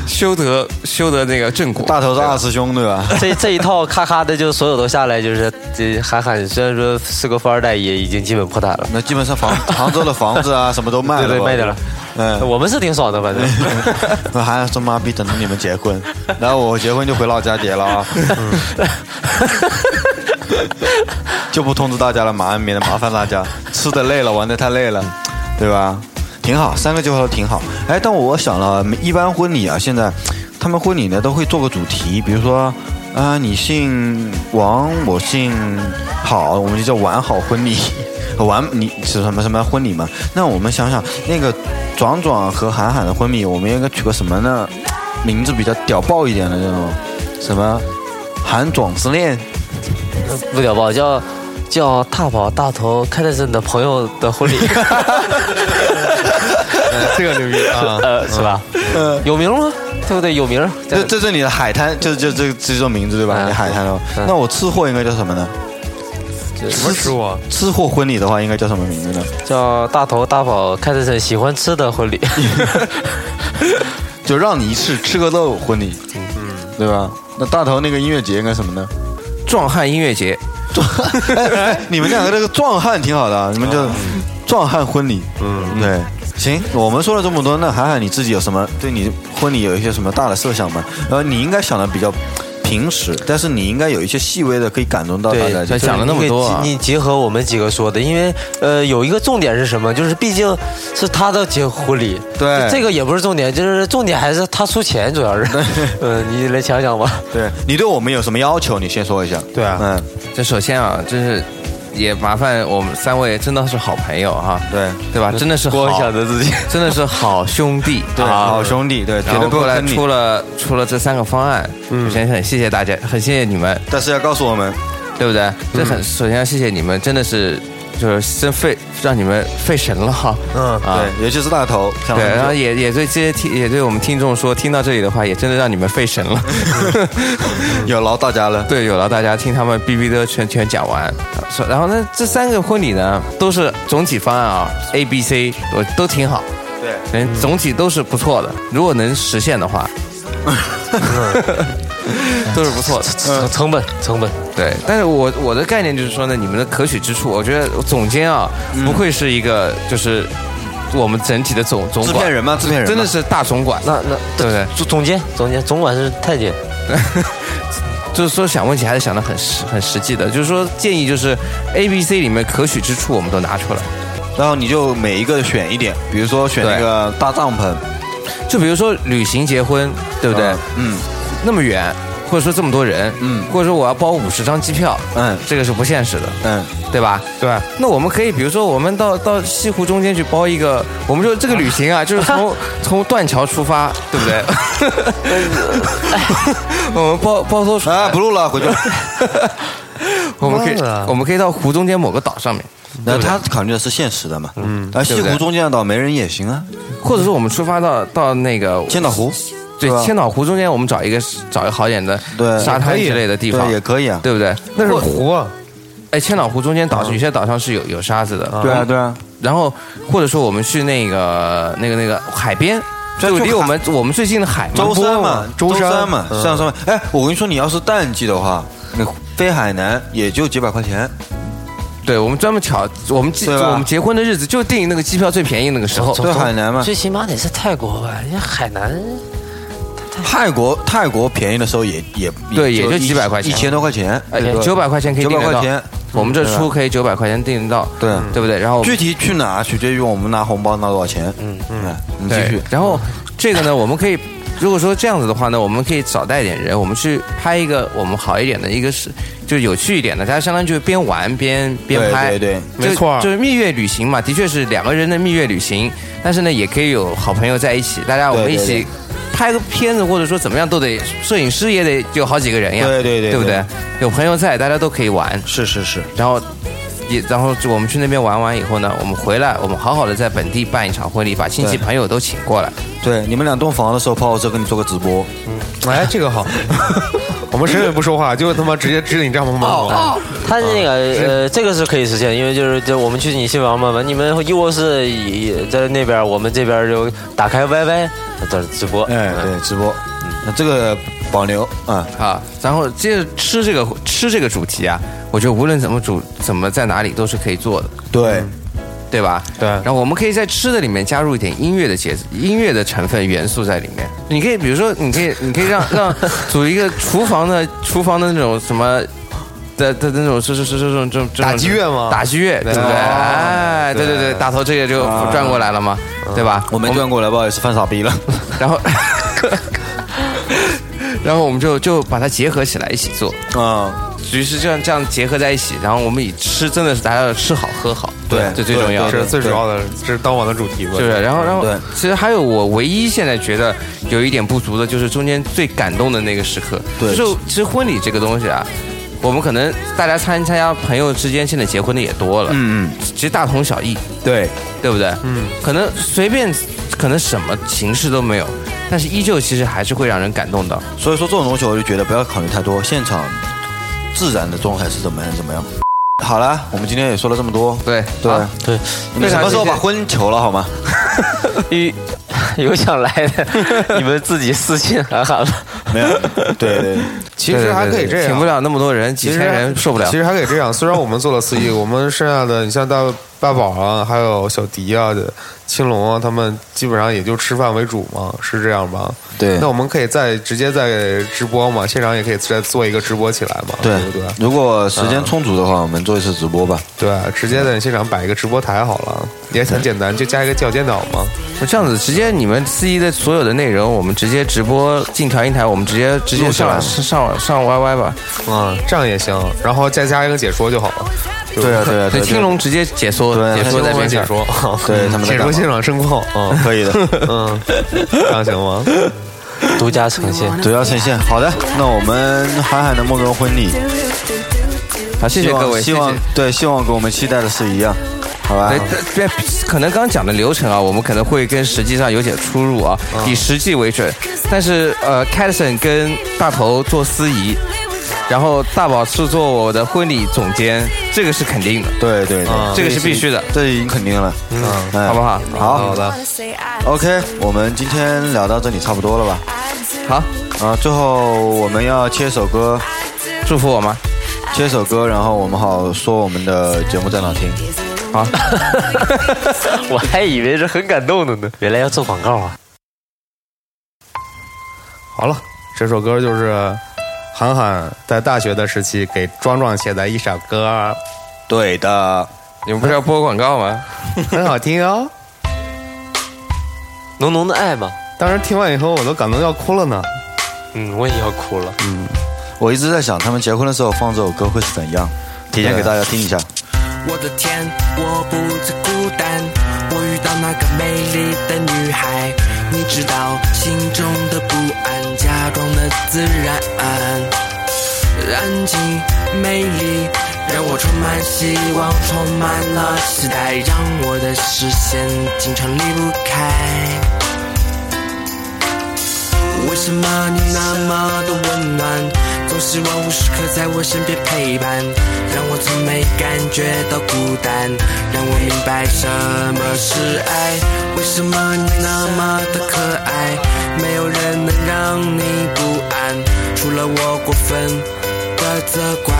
Speaker 4: 修得修得那个正果，
Speaker 1: 大头是二师兄对吧？
Speaker 3: 这这一套咔咔的就所有都下来，就是这韩寒虽然说是个富二代，也已经基本破产了。
Speaker 1: 那基本上房杭州的房子啊，什么都卖了
Speaker 3: 对
Speaker 1: 吧，
Speaker 3: 对，卖掉了。
Speaker 1: 嗯，
Speaker 3: 我们是挺爽的，反正。
Speaker 1: 那还说妈逼等着你们结婚，然后我结婚就回老家结了啊， (laughs) 就不通知大家了，麻免得麻烦大家。吃的累了，玩的太累了，对吧？挺好，三个计划都挺好。哎，但我想了，一般婚礼啊，现在他们婚礼呢都会做个主题，比如说，啊、你姓王，我姓好，我们就叫完好婚礼。 (laughs) 完，你是什么什么婚礼嘛？那我们想想，那个壮壮和韩寒的婚礼，我们应该取个什么呢？名字比较屌爆一点的那种，什么韩壮之恋？
Speaker 3: 不屌爆，叫叫大宝大头开泰森的朋友的婚礼，
Speaker 2: 这个牛逼 (laughs) 啊！
Speaker 3: 呃，是吧？有名吗？对不对？有名，
Speaker 1: 这这是你的海滩，就就这这种名字对吧？
Speaker 3: 嗯
Speaker 1: 你海滩的话，
Speaker 3: 嗯
Speaker 1: 那我吃货应该叫什么呢？
Speaker 2: 什么食物啊？
Speaker 1: 吃货婚礼的话，应该叫什么名字呢？
Speaker 3: 叫大头大宝开泰森喜欢吃的婚礼，
Speaker 1: 就让你一次吃个豆婚礼，嗯，对吧？那大头那个音乐节应该什么呢？
Speaker 4: 壮汉音乐节，
Speaker 1: 壮， (laughs) 哎你们两个这个壮汉挺好的，啊，你们就壮汉婚礼，嗯，对。行，我们说了这么多，那涵涵你自己有什么对你婚礼有一些什么大的设想吗？呃，你应该想的比较平实，但是你应该有一些细微的可以感动到大家的。
Speaker 4: 对讲了那么多啊
Speaker 3: 你你结合我们几个说的，因为呃有一个重点是什么？就是毕竟是他的结婚礼，
Speaker 1: 对
Speaker 3: 这个也不是重点，就是重点还是他出钱，主要是， (laughs) 嗯，你来想想吧。
Speaker 1: 对你对我们有什么要求？你先说一下。
Speaker 2: 对啊
Speaker 4: (laughs)
Speaker 1: 嗯，
Speaker 4: 这首先啊，就是也麻烦我们三位真的是好朋友哈、
Speaker 1: 对
Speaker 4: 对吧？真的是好
Speaker 3: 光想着自己，
Speaker 4: 真的是好兄弟，
Speaker 1: (laughs)
Speaker 4: 啊
Speaker 1: 对，好兄弟，对，绝
Speaker 4: 然
Speaker 1: 对
Speaker 4: 后
Speaker 1: 不
Speaker 4: 过来
Speaker 1: 坑你嗯
Speaker 4: 出。了出了这三个方案，首先很谢谢大家，很谢谢你们，
Speaker 1: 但是要告诉我们，
Speaker 4: 对不对？这很首先要谢谢你们，真的是就是真费让你们费神了哈。嗯啊。
Speaker 1: 对，尤其是大头，想
Speaker 4: 对，
Speaker 1: 了
Speaker 4: 然后
Speaker 1: 很久
Speaker 4: 也也对这些听也对我们听众说，听到这里的话，也真的让你们费神 (laughs) 了。
Speaker 1: 有劳大家了。
Speaker 4: 对，有劳大家听他们哔哔的全全讲完。说然后呢，这三个婚礼呢，都是总体方案啊，A、B、C 我都挺好，
Speaker 1: 对，
Speaker 4: 人总体都是不错的。如果能实现的话， (laughs) 都是不错的。
Speaker 3: 成成本成本，
Speaker 4: 对，但是我我的概念就是说呢，你们的可取之处，我觉得总监啊，
Speaker 1: 嗯
Speaker 4: 不愧是一个就是我们整体的总总
Speaker 1: 制
Speaker 4: 管
Speaker 1: 片人嘛，制片人嘛
Speaker 4: 真的是大总管。
Speaker 3: 那那
Speaker 4: 对不对
Speaker 3: 总总监总监总管是太监。
Speaker 4: 就是说想问题还是想的很实很实际的，就是说建议就是 A、B、C 里面可取之处我们都拿出来。
Speaker 1: 然后你就每一个选一点，比如说选那个大帐篷，
Speaker 4: 就比如说旅行结婚，对不对？
Speaker 1: 嗯，
Speaker 4: 那么远，或者说这么多人，
Speaker 1: 嗯
Speaker 4: 或者说我要包五十张机票，
Speaker 1: 嗯
Speaker 4: 这个是不现实的，
Speaker 1: 嗯，
Speaker 4: 对吧？
Speaker 2: 对，
Speaker 4: 那我们可以，比如说，我们到到西湖中间去包一个，我们说这个旅行
Speaker 1: (laughs)
Speaker 4: 啊，就是从从断桥出发，对不对？我们包包艘船，
Speaker 1: 啊，不录了，回去。
Speaker 4: 我们可以
Speaker 2: 忘了
Speaker 4: 我们可以到湖中间某个岛上面，
Speaker 1: (laughs) 那他考虑的是现实的嘛，嗯，而西
Speaker 4: 对不
Speaker 1: 湖
Speaker 4: 对
Speaker 1: 中间的岛没人也行啊，
Speaker 4: 或者说我们出发到到那个
Speaker 1: 千岛湖，
Speaker 4: 对
Speaker 1: 是吧
Speaker 4: 千岛湖中间我们找一个找一个好点的
Speaker 1: 对
Speaker 4: 沙滩之类的地方
Speaker 1: 对，也可以啊。
Speaker 4: 对不对？
Speaker 2: 那是
Speaker 4: 或
Speaker 2: 湖啊，
Speaker 4: 哎，千岛湖中间岛有些岛上是有有沙子的，
Speaker 1: 对啊，对啊，
Speaker 4: 然后或者说我们去那个那个那个海边，
Speaker 1: 对
Speaker 4: 就
Speaker 1: 去
Speaker 4: 离
Speaker 1: 海
Speaker 4: 我们我们最近的海嘛
Speaker 1: 舟山嘛，
Speaker 4: 啊
Speaker 2: 舟
Speaker 1: 舟
Speaker 2: 山
Speaker 1: 山嘛，
Speaker 2: 嗯
Speaker 1: 上山嘛。哎，我跟你说，你要是淡季的话，你飞海南也就几百块钱。
Speaker 4: 对，我们专门挑我们结
Speaker 1: 对吧
Speaker 4: 我们结婚的日子就订那个机票最便宜那个时候，
Speaker 1: 对海南嘛，
Speaker 3: 最起码得是泰国吧？人家海南
Speaker 1: 泰国泰国便宜的时候也也
Speaker 4: 对也就
Speaker 1: 一
Speaker 4: 几百块钱
Speaker 1: 一千多块钱。
Speaker 4: 哎，九百块钱可以订
Speaker 1: 900
Speaker 4: 得
Speaker 1: 块
Speaker 4: 到
Speaker 1: 钱，
Speaker 4: 我们这出可以九百块钱订得到，
Speaker 1: 对
Speaker 4: 对不对？然后
Speaker 1: 具体去哪儿取决于我们拿红包拿多少钱。嗯嗯，你继
Speaker 4: 对
Speaker 1: 续，。
Speaker 4: 然后这个呢，我们可以。如果说这样子的话呢，我们可以少带点人，我们去拍一个我们好一点的，一个是就有趣一点的，大家相当于就是边玩边边
Speaker 1: 对对
Speaker 4: 拍，
Speaker 1: 对
Speaker 4: 就
Speaker 2: 没错
Speaker 4: 就是蜜月旅行嘛，的确是两个人的蜜月旅行，但是呢，也可以有好朋友在一起，大家我们
Speaker 1: 对
Speaker 4: 一
Speaker 1: 对
Speaker 4: 起拍个片子，或者说怎么样都得，摄影师也得有好几个人呀，
Speaker 1: 对对对
Speaker 4: 对不对
Speaker 1: 对？
Speaker 4: 有朋友在，大家都可以玩，
Speaker 1: 是是是，
Speaker 4: 然后也然后我们去那边玩完以后呢，我们回来，我们好好的在本地办一场婚礼，把亲
Speaker 1: 对
Speaker 4: 戚朋友都请过来。
Speaker 1: 对，你们俩洞房的时候，泡泡车跟你做个直播，
Speaker 2: 哎，这个好， (laughs) 我们谁也不说话，就他妈直接指着你帐篷骂
Speaker 1: 哦
Speaker 4: 啊
Speaker 2: 我。
Speaker 3: 他那个呃，这个是可以实现，因为就是就我们去你新房嘛，完你们一窝是也在那边，我们这边就打开 YY 在这直播。
Speaker 1: 哎，
Speaker 3: 嗯，
Speaker 1: 对，直播，那这个保留啊，
Speaker 4: 啊，然后接着吃这个吃这个主题啊，我觉得无论怎么煮，怎么在哪里都是可以做的，
Speaker 1: 对，
Speaker 4: 嗯对吧？
Speaker 2: 对
Speaker 4: 然后我们可以在吃的里面加入一点音乐的节音乐的成分元素在里面。你可以比如说，你可以你可以让 (laughs) 让组一个厨房的厨房的那种什么。的的那种是是是是这种这种这种
Speaker 2: 打击乐吗
Speaker 4: 打击乐，对不对？
Speaker 2: 对
Speaker 4: 哎，对对
Speaker 2: 对
Speaker 4: 对，大头这个就转过来了嘛，对吧？
Speaker 1: 我没转过来，不好意思，犯傻逼
Speaker 4: (laughs)
Speaker 1: 了。
Speaker 4: 然后，然后我们就就把它结合起来一起做，
Speaker 1: 啊，
Speaker 4: 于是这样这样结合在一起，然后我们以吃真的是大家要吃好喝好，
Speaker 1: 对
Speaker 4: 这最重要
Speaker 2: 这
Speaker 4: 的
Speaker 2: 是。最主要的，这是当晚的主题吧？
Speaker 4: 是不是？然后，然后
Speaker 1: 对，
Speaker 4: 其实还有我唯一现在觉得有一点不足的，就是中间最感动的那个时刻。
Speaker 1: 对
Speaker 4: 就是其实婚礼这个东西啊，我们可能大家参参加朋友之间现在结婚的也多了，
Speaker 1: 嗯嗯，
Speaker 4: 其实大同小异。
Speaker 1: 对，
Speaker 4: 对不对？嗯，可能随便，可能什么形式都没有，但是依旧其实还是会让人感动的。
Speaker 1: 所以说这种东西我就觉得不要考虑太多，现场自然的状态是怎么样怎么样。好了，我们今天也说了这么多，
Speaker 4: 啊对
Speaker 1: 对
Speaker 4: 好，
Speaker 3: 对，
Speaker 1: 你们什么时候把婚求了好
Speaker 4: (laughs)
Speaker 1: 吗？
Speaker 3: (laughs) 有有想来的，你们自己私信喊喊吧。
Speaker 1: 没有，对对，
Speaker 2: 其实还可以这样，
Speaker 4: 挺不了那么多人，几
Speaker 2: 其实
Speaker 4: 千人受不了
Speaker 2: 其。实还可以这样，虽然我们做了司仪， (laughs) 我们剩下的你像大大宝啊，还有小迪啊、青龙啊，他们基本上也就吃饭为主嘛，是这样吧？
Speaker 1: 对
Speaker 2: 那我们可以再直接在直播嘛，现场也可以再做一个直播起来嘛，对不对？
Speaker 1: 如果时间充足的话，我们做一次直播吧。
Speaker 2: 对，直接在现场摆一个直播台好了，也很简单，就加一个脚尖岛嘛。
Speaker 4: 这样子，直接你们司仪的所有的内容，我们直接直播进调音台，我们直接直接
Speaker 1: 录下来
Speaker 4: 上上上 YY 吧。
Speaker 2: 嗯，这样也行，然后再加一个解说就好了。就
Speaker 1: 对啊，对啊，对
Speaker 4: 对，
Speaker 1: 啊
Speaker 4: 青龙直接解说，
Speaker 1: 对
Speaker 4: 解说在
Speaker 2: 在
Speaker 4: 边
Speaker 2: 解
Speaker 4: 上。
Speaker 2: 说，
Speaker 1: 对他们在
Speaker 2: 解
Speaker 1: 干嘛
Speaker 2: 说现场声控，嗯
Speaker 1: 可以的。
Speaker 4: (laughs)
Speaker 2: 嗯，这样行吗？
Speaker 3: 独家呈现，
Speaker 1: 主要呈现。好的，那我们韩寒的梦中婚礼，
Speaker 4: 好，啊谢谢
Speaker 1: 希望
Speaker 4: 各位，
Speaker 1: 希望
Speaker 4: 谢谢
Speaker 1: 对，希望跟我们期待的是一样，好吧
Speaker 4: 对？，对，可能刚刚讲的流程啊，我们可能会跟实际上有点出入啊，以实际为准。但是呃 c a t s o n 跟大头做司仪，然后大宝是做我的婚礼总监，这个是肯定的，
Speaker 1: 对对对，
Speaker 4: 啊这个是必须的，
Speaker 1: 这已经肯定了，嗯，
Speaker 4: 好不好？
Speaker 1: 好
Speaker 2: 的，
Speaker 1: ，OK，我们今天聊到这里差不多了吧？
Speaker 4: 好，
Speaker 1: 啊，最后我们要切首歌，
Speaker 4: 祝福我吗？
Speaker 1: 切首歌，然后我们好说我们的节目在哪听。
Speaker 4: 好，
Speaker 3: 我还以为是很感动的呢，原来要做广告啊！
Speaker 2: 好了，这首歌就是韩寒在大学的时期给壮壮写的一首歌，
Speaker 1: 对的，
Speaker 4: 你们不是要播广告吗？
Speaker 2: 很好听哦。
Speaker 3: 浓浓的爱嘛，
Speaker 2: 当时听完以后，我都感动要哭了呢。
Speaker 3: 嗯，我也要哭了。
Speaker 1: 我一直在想他们结婚的时候放这首歌会是怎样，提前给大家听一下。
Speaker 8: 我的天，我不再孤单，我遇到那个美丽的女孩。你知道心中的不安，假装的自然，安静美丽，让我充满希望，充满了期待，让我的视线经常离不开。我为什么你那么的温暖，总是万无时刻在我身边陪伴，让我从没感觉到孤单，让我明白什么是爱。为什么你那么的可爱，没有人能让你不安，除了我过分的责怪。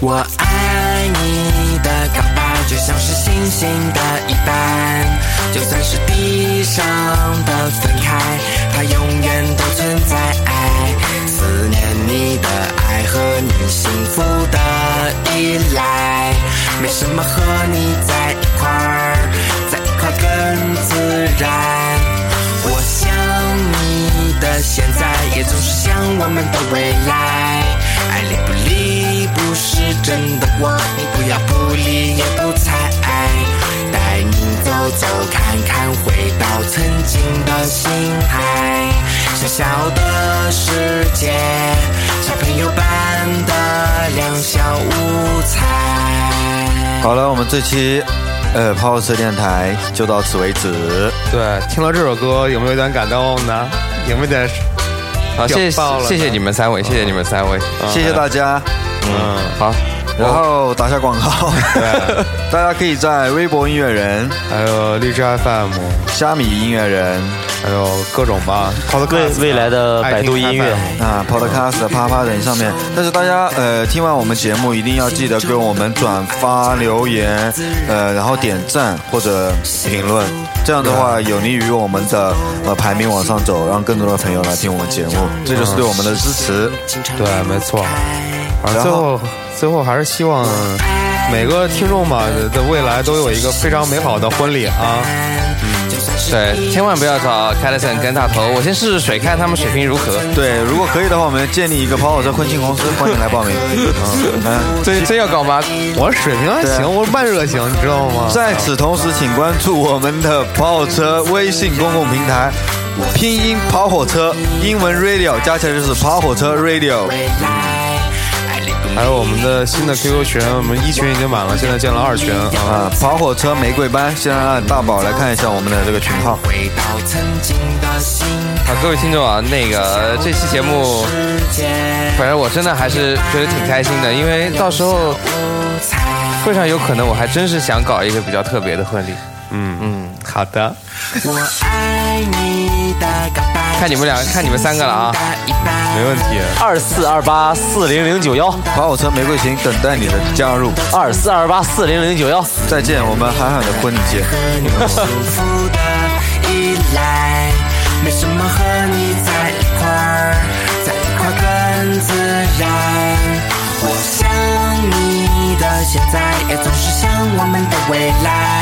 Speaker 8: 我爱你的高吧，就像是星星的一半，就算是地上的分开，它永远都存在。思念你的爱和你幸福的依赖，没什么和你在一块儿，在一块更自然。我想你的现在，也总是想我们的未来。爱理不理不是真的我，你不要不理也不睬。带你走走看看，回到曾经的心海，小小的世界，小朋友般的两小无猜。
Speaker 1: 好了，我们这期呃泡泡车电台就到此为止。
Speaker 2: 对，听到这首歌有没有点感动呢？有没有点
Speaker 4: 好，谢谢
Speaker 2: 屌爆了
Speaker 4: 谢谢你们三位，谢谢你们三位，
Speaker 1: 谢谢大家。
Speaker 4: 嗯，好，
Speaker 1: 然后打下广告， (laughs) 大家可以在微博音乐人、
Speaker 2: 还有荔枝 FM，
Speaker 1: 虾米音乐人
Speaker 2: 还有各种吧，
Speaker 3: 未未来的
Speaker 2: 爱
Speaker 3: 呃百
Speaker 2: 听
Speaker 3: 度音乐
Speaker 2: FM
Speaker 1: 啊、Podcast、啪啪等上面。但是大家呃，听完我们节目一定要记得给我们转发、留言，呃，然后点赞或者评论，这样的话有利于我们的呃排名往上走，让更多的朋友来听我们节目，这就是对我们的支持。
Speaker 2: 对，没错。啊，
Speaker 1: 然
Speaker 2: 最
Speaker 1: 后
Speaker 2: 后最后还是希望每个听众吧的未来都有一个非常美好的婚礼啊！
Speaker 4: 对，千万不要找凯 a 森跟大头，我先试试水，看他们水平如何。
Speaker 1: 对，如果可以的话，我们建立一个跑火车婚庆公司，欢迎来报名。嗯，
Speaker 4: 真真要搞吗？
Speaker 2: 我水平还
Speaker 1: 对
Speaker 2: 行，我慢热型，你知道吗？
Speaker 1: 在此同时，请关注我们的跑火车微信公共平台，拼音跑火车，英文 radio 加起来就是跑火车 radio。
Speaker 2: 还有我们的新的 QQ 群，我们一群已经满了，现在建了二群啊。
Speaker 1: 啊，跑火车玫瑰班，先让大宝来看一下我们的这个群号。
Speaker 8: 回到曾经的心
Speaker 4: 好，各位听众啊，那个这期节目，反正我真的还是觉得挺开心的，因为到时候非常有可能我还真是想搞一个比较特别的婚礼。
Speaker 2: 好的，
Speaker 8: 我爱你的告白。
Speaker 4: 看你们俩，看你们三个了啊！
Speaker 2: 没问题。
Speaker 3: 二四二八四零零九幺，
Speaker 1: 跑火车玫瑰情等待你的加入，
Speaker 3: 二四二八四零零九幺。
Speaker 1: 再见，我们憨憨的婚礼见。
Speaker 8: (laughs) 幸福的依赖，没什么和你在一块儿，在一块儿更自然。我想你的现在，也总是想我们的未来。